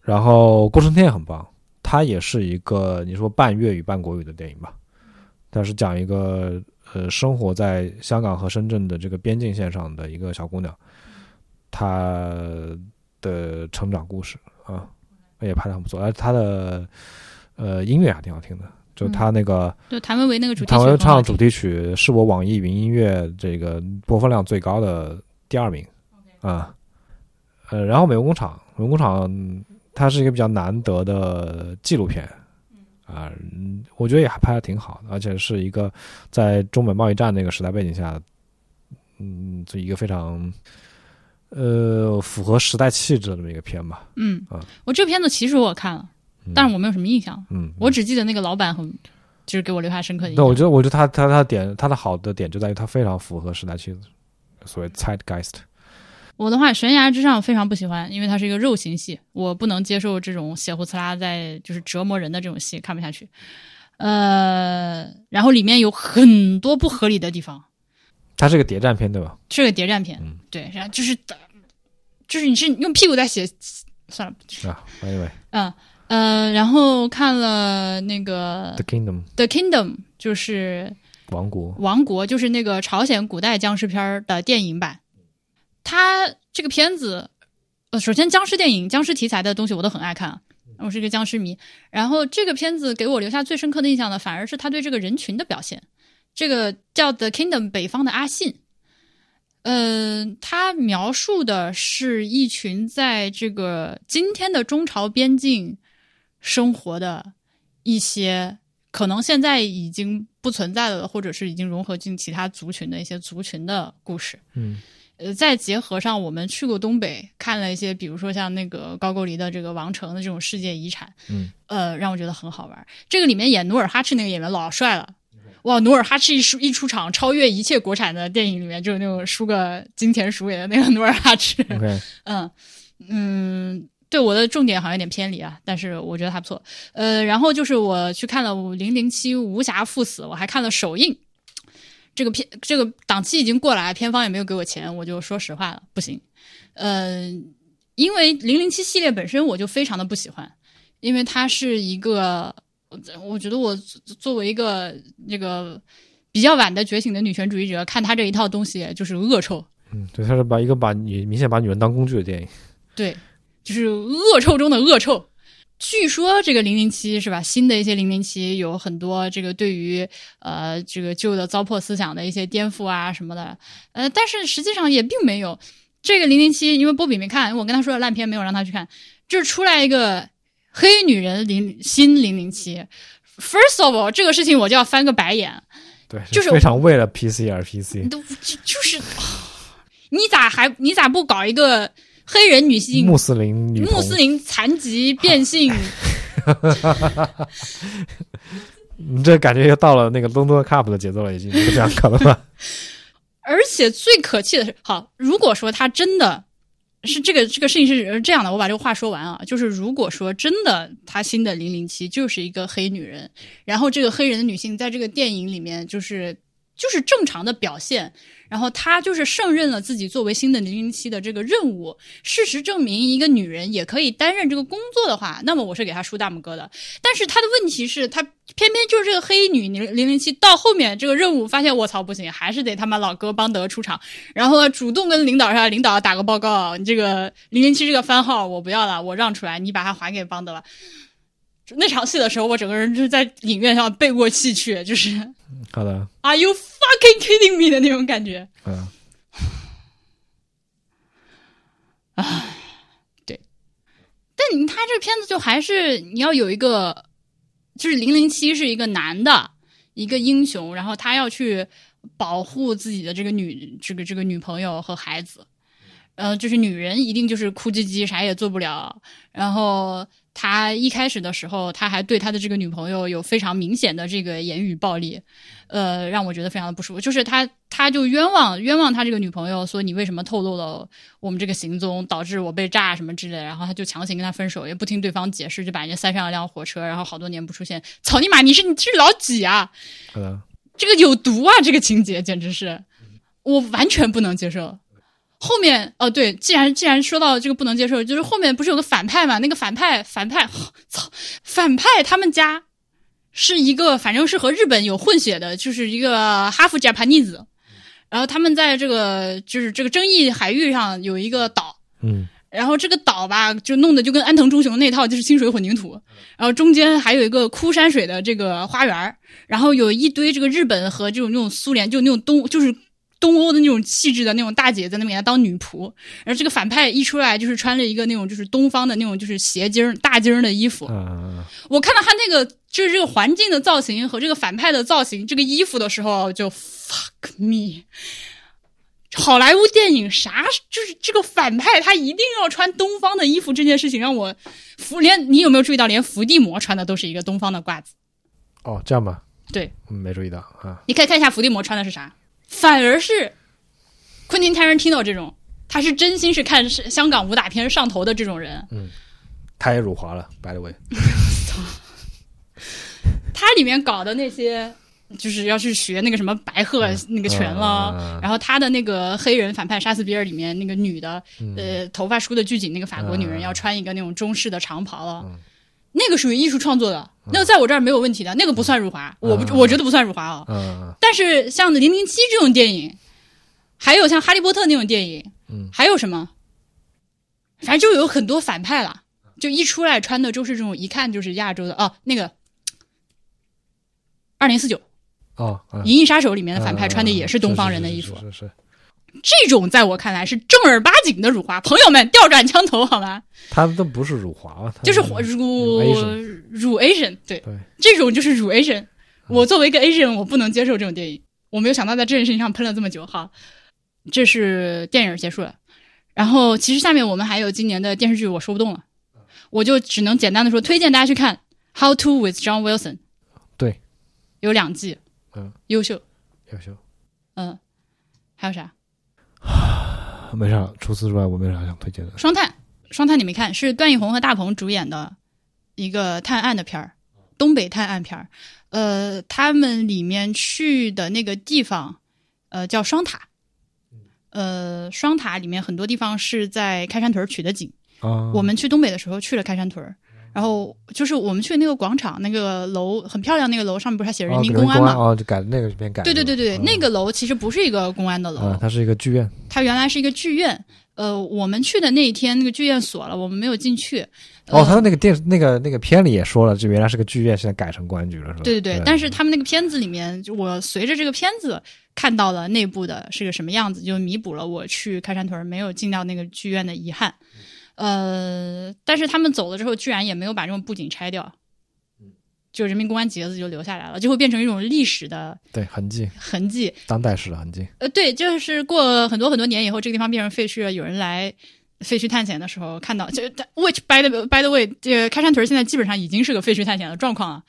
B: 然后过春天也很棒，它也是一个你说半粤语半国语的电影吧，它是讲一个呃生活在香港和深圳的这个边境线上的一个小姑娘，她的成长故事啊，也拍的很不错，而她的呃音乐还挺好听的，就她那个
A: 就谭维维那个主题曲，
B: 谭维维唱的主题曲是我网易云音乐这个播放量最高的第二名啊，呃，然后美国工厂，美国工厂它是一个比较难得的纪录片。啊，嗯我觉得也还拍的挺好的，而且是一个在中美贸易战那个时代背景下，嗯，这一个非常呃符合时代气质的这么一个片吧。
A: 嗯
B: 啊，
A: 我这片子其实我看了，
B: 嗯、
A: 但是我没有什么印象，
B: 嗯，
A: 我只记得那个老板很，就是给我留下深刻的印
B: 对，我
A: 象。
B: 觉得，我觉得他他他的点，他的好的点就在于他非常符合时代气质，所谓 zeitgeist。
A: 我的话，悬崖之上非常不喜欢，因为它是一个肉刑戏，我不能接受这种血呼呲啦在就是折磨人的这种戏，看不下去。呃，然后里面有很多不合理的地方，
B: 它是个谍战片，对吧？
A: 是个谍战片，
B: 嗯
A: 对，然后就是就是你是用屁股在写，算了，
B: 啊，anyway，
A: 嗯呃，然后看了那个
B: The
A: 《
B: Kingdom
A: The Kingdom》，就是
B: 王国，
A: 王国，就是那个朝鲜古代僵尸片儿的电影版。它这个片子，呃，首先僵尸电影、僵尸题材的东西我都很爱看啊，我是一个僵尸迷。然后这个片子给我留下最深刻的印象呢，反而是他对这个人群的表现。这个叫《The Kingdom》北方的阿信，嗯，他描述的是一群在这个今天的中朝边境生活的一些可能现在已经不存在了，或者是已经融合进其他族群的一些族群的故事。
B: 嗯
A: 呃，再结合上我们去过东北，看了一些，比如说像那个高句丽的这个王城的这种世界遗产，
B: 嗯，
A: 呃，让我觉得很好玩。这个里面演努尔哈赤那个演员老帅了。哇，努尔哈赤一出一出场，超越一切国产的电影里面，就是那种输个金田鼠尾的那个努尔哈赤。
B: OK，
A: 嗯嗯，对，我的重点好像有点偏离啊，但是我觉得还不错。呃，然后就是我去看了《零零七无暇赴死》，我还看了首映。这个片这个档期已经过来，片方也没有给我钱，我就说实话了，不行。呃，因为《零零七》系列本身我就非常的不喜欢，因为它是一个，我觉得我作为一个那个比较晚的觉醒的女权主义者，看他这一套东西就是恶臭。
B: 嗯，对，他是把一个把女明显把女人当工具的电影，
A: 对，就是恶臭中的恶臭。据说这个零零七是吧？新的一些零零七有很多这个对于呃这个旧的糟粕思想的一些颠覆啊什么的，呃，但是实际上也并没有。这个零零七，因为波比没看，我跟他说了烂片，没有让他去看，就是出来一个黑女人零新零零七。First of all，这个事情我就要翻个白眼，
B: 对，
A: 就是
B: 非常为了 PC 而 PC，
A: 都就就是，你咋还你咋不搞一个黑人女性
B: 穆斯林女
A: 穆
B: 童，
A: 斯林残疾变性，
B: 你这感觉又到了那个 London Cup 的节奏了，已经是这样搞的
A: <laughs>
B: 吧？
A: <laughs> 而且最可气的是，好，如果说他真的是这个这个事情是这样的，我把这个话说完啊，就是如果说真的他新的零零七就是一个黑女人，然后这个黑人的女性在这个电影里面就是就是正常的表现，然后她就是胜任了自己作为新的零零七的这个任务。事实证明，一个女人也可以担任这个工作的话，那么我是给她竖大拇哥的。但是她的问题是，她偏偏就是这个黑女零零零七到后面这个任务，发现卧槽不行，还是得他妈老哥邦德出场，然后呢主动跟领导啊上领导打个报告，你这个零零七这个番号我不要了，我让出来，你把它还给邦德吧。那场戏的时候，我整个人就是在影院上背过气去，就是
B: 好的，
A: Are you fucking kidding me 的那种感觉。
B: 嗯，
A: 但你他这片子就还是你要有一个，就是零零七是一个男的，一个英雄，然后他要去保护自己的这个女这个这个女朋友和孩子，呃，就是女人一定就是哭唧唧，啥也做不了。然后他一开始的时候，他还对他的这个女朋友有非常明显的这个言语暴力，呃，让我觉得非常的不舒服。就是他他就冤枉冤枉他这个女朋友，说你为什么透露了我们这个行踪，导致我被炸什么之类的。然后他就强行跟他分手，也不听对方解释，就把人家塞上了辆火车，然后好多年不出现。草泥马，你是你是老几啊？
B: 好的，
A: 这个有毒啊！这个情节简直是，哦我完全不能接受。后面哦，对，既然既然说到这个不能接受，就是后面不是有个反派嘛？那个反派，反派，操、反派他们家是一个，反正是和日本有混血的，就是一个哈佛 Japanese。然后他们在这个就是这个争议海域上有一个岛，
B: 嗯，
A: 然后这个岛吧，就弄得就跟安藤忠雄那套就是清水混凝土，然后中间还有一个枯山水的这个花园儿，然后有一堆这个日本和这种那种苏联，就那种东就是东欧的那种气质的那种大姐在那边给她当女仆，然后这个反派一出来就是穿了一个那种就是东方的那种就是斜襟儿大襟儿的衣服，
B: 啊，
A: 我看到他那个就是这个环境的造型和这个反派的造型，这个衣服的时候，就 fuck me。好莱坞电影啥就是这个反派，他一定要穿东方的衣服这件事情，让我伏连你有没有注意到，连伏地魔穿的都是一个东方的褂子。
B: 哦，这样吧，
A: 对
B: 嗯，没注意到啊，
A: 你可以看一下伏地魔穿的是啥，反而是昆汀·泰伦蒂诺这种，他是真心是看香港武打片上头的这种人，
B: 他也辱华了，by the way，
A: 他里面搞的那些，就是要去学那个什么白鹤那个拳了，
B: 嗯嗯嗯嗯
A: 然后他的那个黑人反派杀死比尔里面那个女的，
B: 嗯
A: 呃，头发梳的巨紧，那个法国女人
B: 嗯嗯嗯
A: 要穿一个那种中式的长袍了，
B: 嗯
A: 那个属于艺术创作的，那个在我这儿没有问题的，那个不算辱华，我
B: 嗯
A: 不
B: 嗯
A: 我觉得不算辱华哦。
B: 嗯，
A: 但是像《零零七》这种电影，还有像《哈利波特》那种电影，
B: 嗯
A: 还有什么？反正就有很多反派了，就一出来穿的就是这种，一看就是亚洲的哦。那个《二零四九》《
B: 哦，嗯
A: 银翼杀手》里面的反派穿的也是东方人的衣服，
B: 是是是是，
A: 这种在我看来是正儿八经的辱华。朋友们，调转枪头好吗？
B: 他都不是辱华吧？他
A: 就是火辱
B: Asian
A: 辱 Asian，对
B: 对，嗯
A: 这种就是辱 Asian。我作为一个 Asian，我不能接受这种电影。我没有想到在这件事情上喷了这么久哈。这是电影结束了。然后其实下面我们还有今年的电视剧，我说不动了，我就只能简单的说，推荐大家去看《How to with John Wilson》。
B: 对，
A: 有两季，
B: 嗯，
A: 优秀，
B: 优秀，
A: 嗯，还有啥？
B: 啊没啥。除此之外，我没啥想推荐的。
A: 双探，双探你没看，是段奕宏和大鹏主演的一个探案的片儿，东北探案片儿。呃，他们里面去的那个地方，呃，叫双塔。呃，双塔里面很多地方是在开山屯儿取的景。
B: 啊，
A: 我们去东北的时候去了开山屯儿，然后就是我们去那个广场，那个楼很漂亮，那个楼上面不是还写着人民
B: 公
A: 安嘛？
B: 哦，就改那个边改。
A: 对对对对对，
B: 嗯
A: 那个楼其实不是一个公安的楼，
B: 啊，它是一个剧院。
A: 它原来是一个剧院。呃，我们去的那一天，那个剧院锁了，我们没有进去。呃
B: 哦，他的那个电视那个那个片里也说了，这原来是个剧院，现在改成公安局了，是吧？
A: 对对对，但是他们那个片子里面，就我随着这个片子看到了内部的是个什么样子，就弥补了我去开山屯没有进到那个剧院的遗憾。呃，但是他们走了之后，居然也没有把这种布景拆掉，就人民公安结子就留下来了，就会变成一种历史的
B: 对痕迹，
A: 痕迹。
B: 当代史的痕迹。
A: 呃，对，就是过很多很多年以后，这个地方变成废墟了，有人来废墟探险的时候看到，就 which by the by the way，这个开山屯现在基本上已经是个废墟探险的状况了。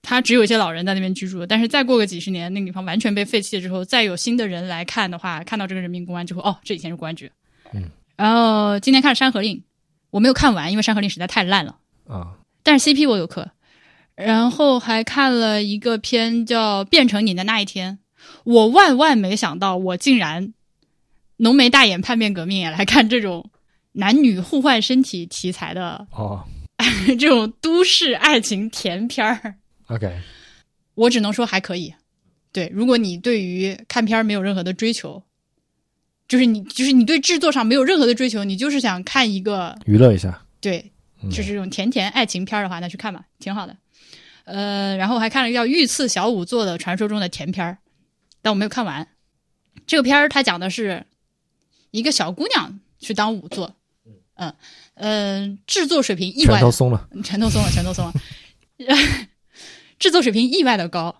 A: 它只有一些老人在那边居住，但是再过个几十年，那个地方完全被废弃之后，再有新的人来看的话，看到这个人民公安之后，哦，这以前是公安局。
B: 嗯。
A: 然后今天看《山河令》，我没有看完，因为《山河令》实在太烂了。
B: 啊，
A: 但是 CP 我有磕，然后还看了一个片叫《变成你的那一天》，我万万没想到，我竟然浓眉大眼叛变革命也来看这种男女互换身体题材的
B: 哦
A: 这种都市爱情甜片儿，
B: ，OK，
A: 我只能说还可以。对，如果你对于看片儿没有任何的追求，就是你就是你对制作上没有任何的追求，你就是想看一个
B: 娱乐一下。
A: 对
B: 嗯
A: 就是这种甜甜爱情片儿的话，那去看吧，挺好的。呃，然后还看了一个叫《御赐小仵作的传说中的甜片儿》，但我没有看完。这个片儿它讲的是一个小姑娘去当仵作，嗯呃，制作水平意
B: 拳
A: 外
B: 头松了，
A: 全都松了，全都松了，制作水平意外的高。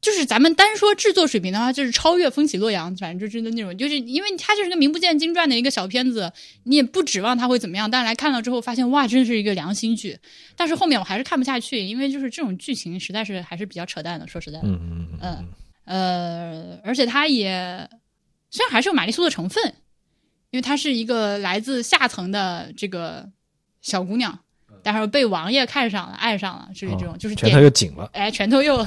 A: 就是咱们单说制作水平的话，就是超越《风起洛阳》，反正就真的那种，就是因为它就是个名不见经传的一个小片子，你也不指望它会怎么样。但来看了之后，发现哇，真是一个良心剧。但是后面我还是看不下去，因为就是这种剧情实在是还是比较扯淡的。说实在的，
B: 嗯嗯嗯
A: 嗯，呃，而且它也虽然还是有玛丽苏的成分，因为她是一个来自下层的这个小姑娘，但是被王爷看上了、爱上了，就是这种，
B: 哦
A: 就是
B: 拳头
A: 点
B: 又紧了。
A: 哎拳头又，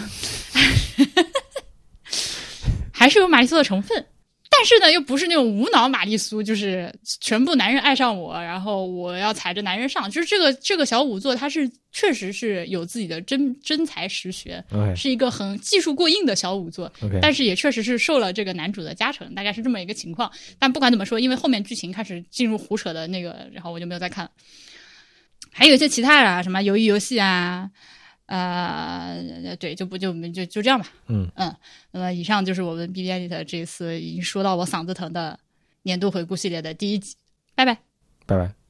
A: 还是有玛丽苏的成分。但是呢，又不是那种无脑玛丽苏，就是全部男人爱上我，然后我要踩着男人上，就是这个这个小仵作，他是确实是有自己的真真才实学，
B: OK
A: 是一个很技术过硬的小仵作，
B: OK，
A: 但是也确实是受了这个男主的加成，大概是这么一个情况。但不管怎么说，因为后面剧情开始进入胡扯的那个，然后我就没有再看了。还有一些其他的啊，什么鱿鱼游戏啊，呃，对，就不就就就这样吧。
B: 嗯
A: 嗯，那么以上就是我们 B B Edit 这一次已经说到我嗓子疼的年度回顾系列的第一集，拜拜。
B: 拜拜。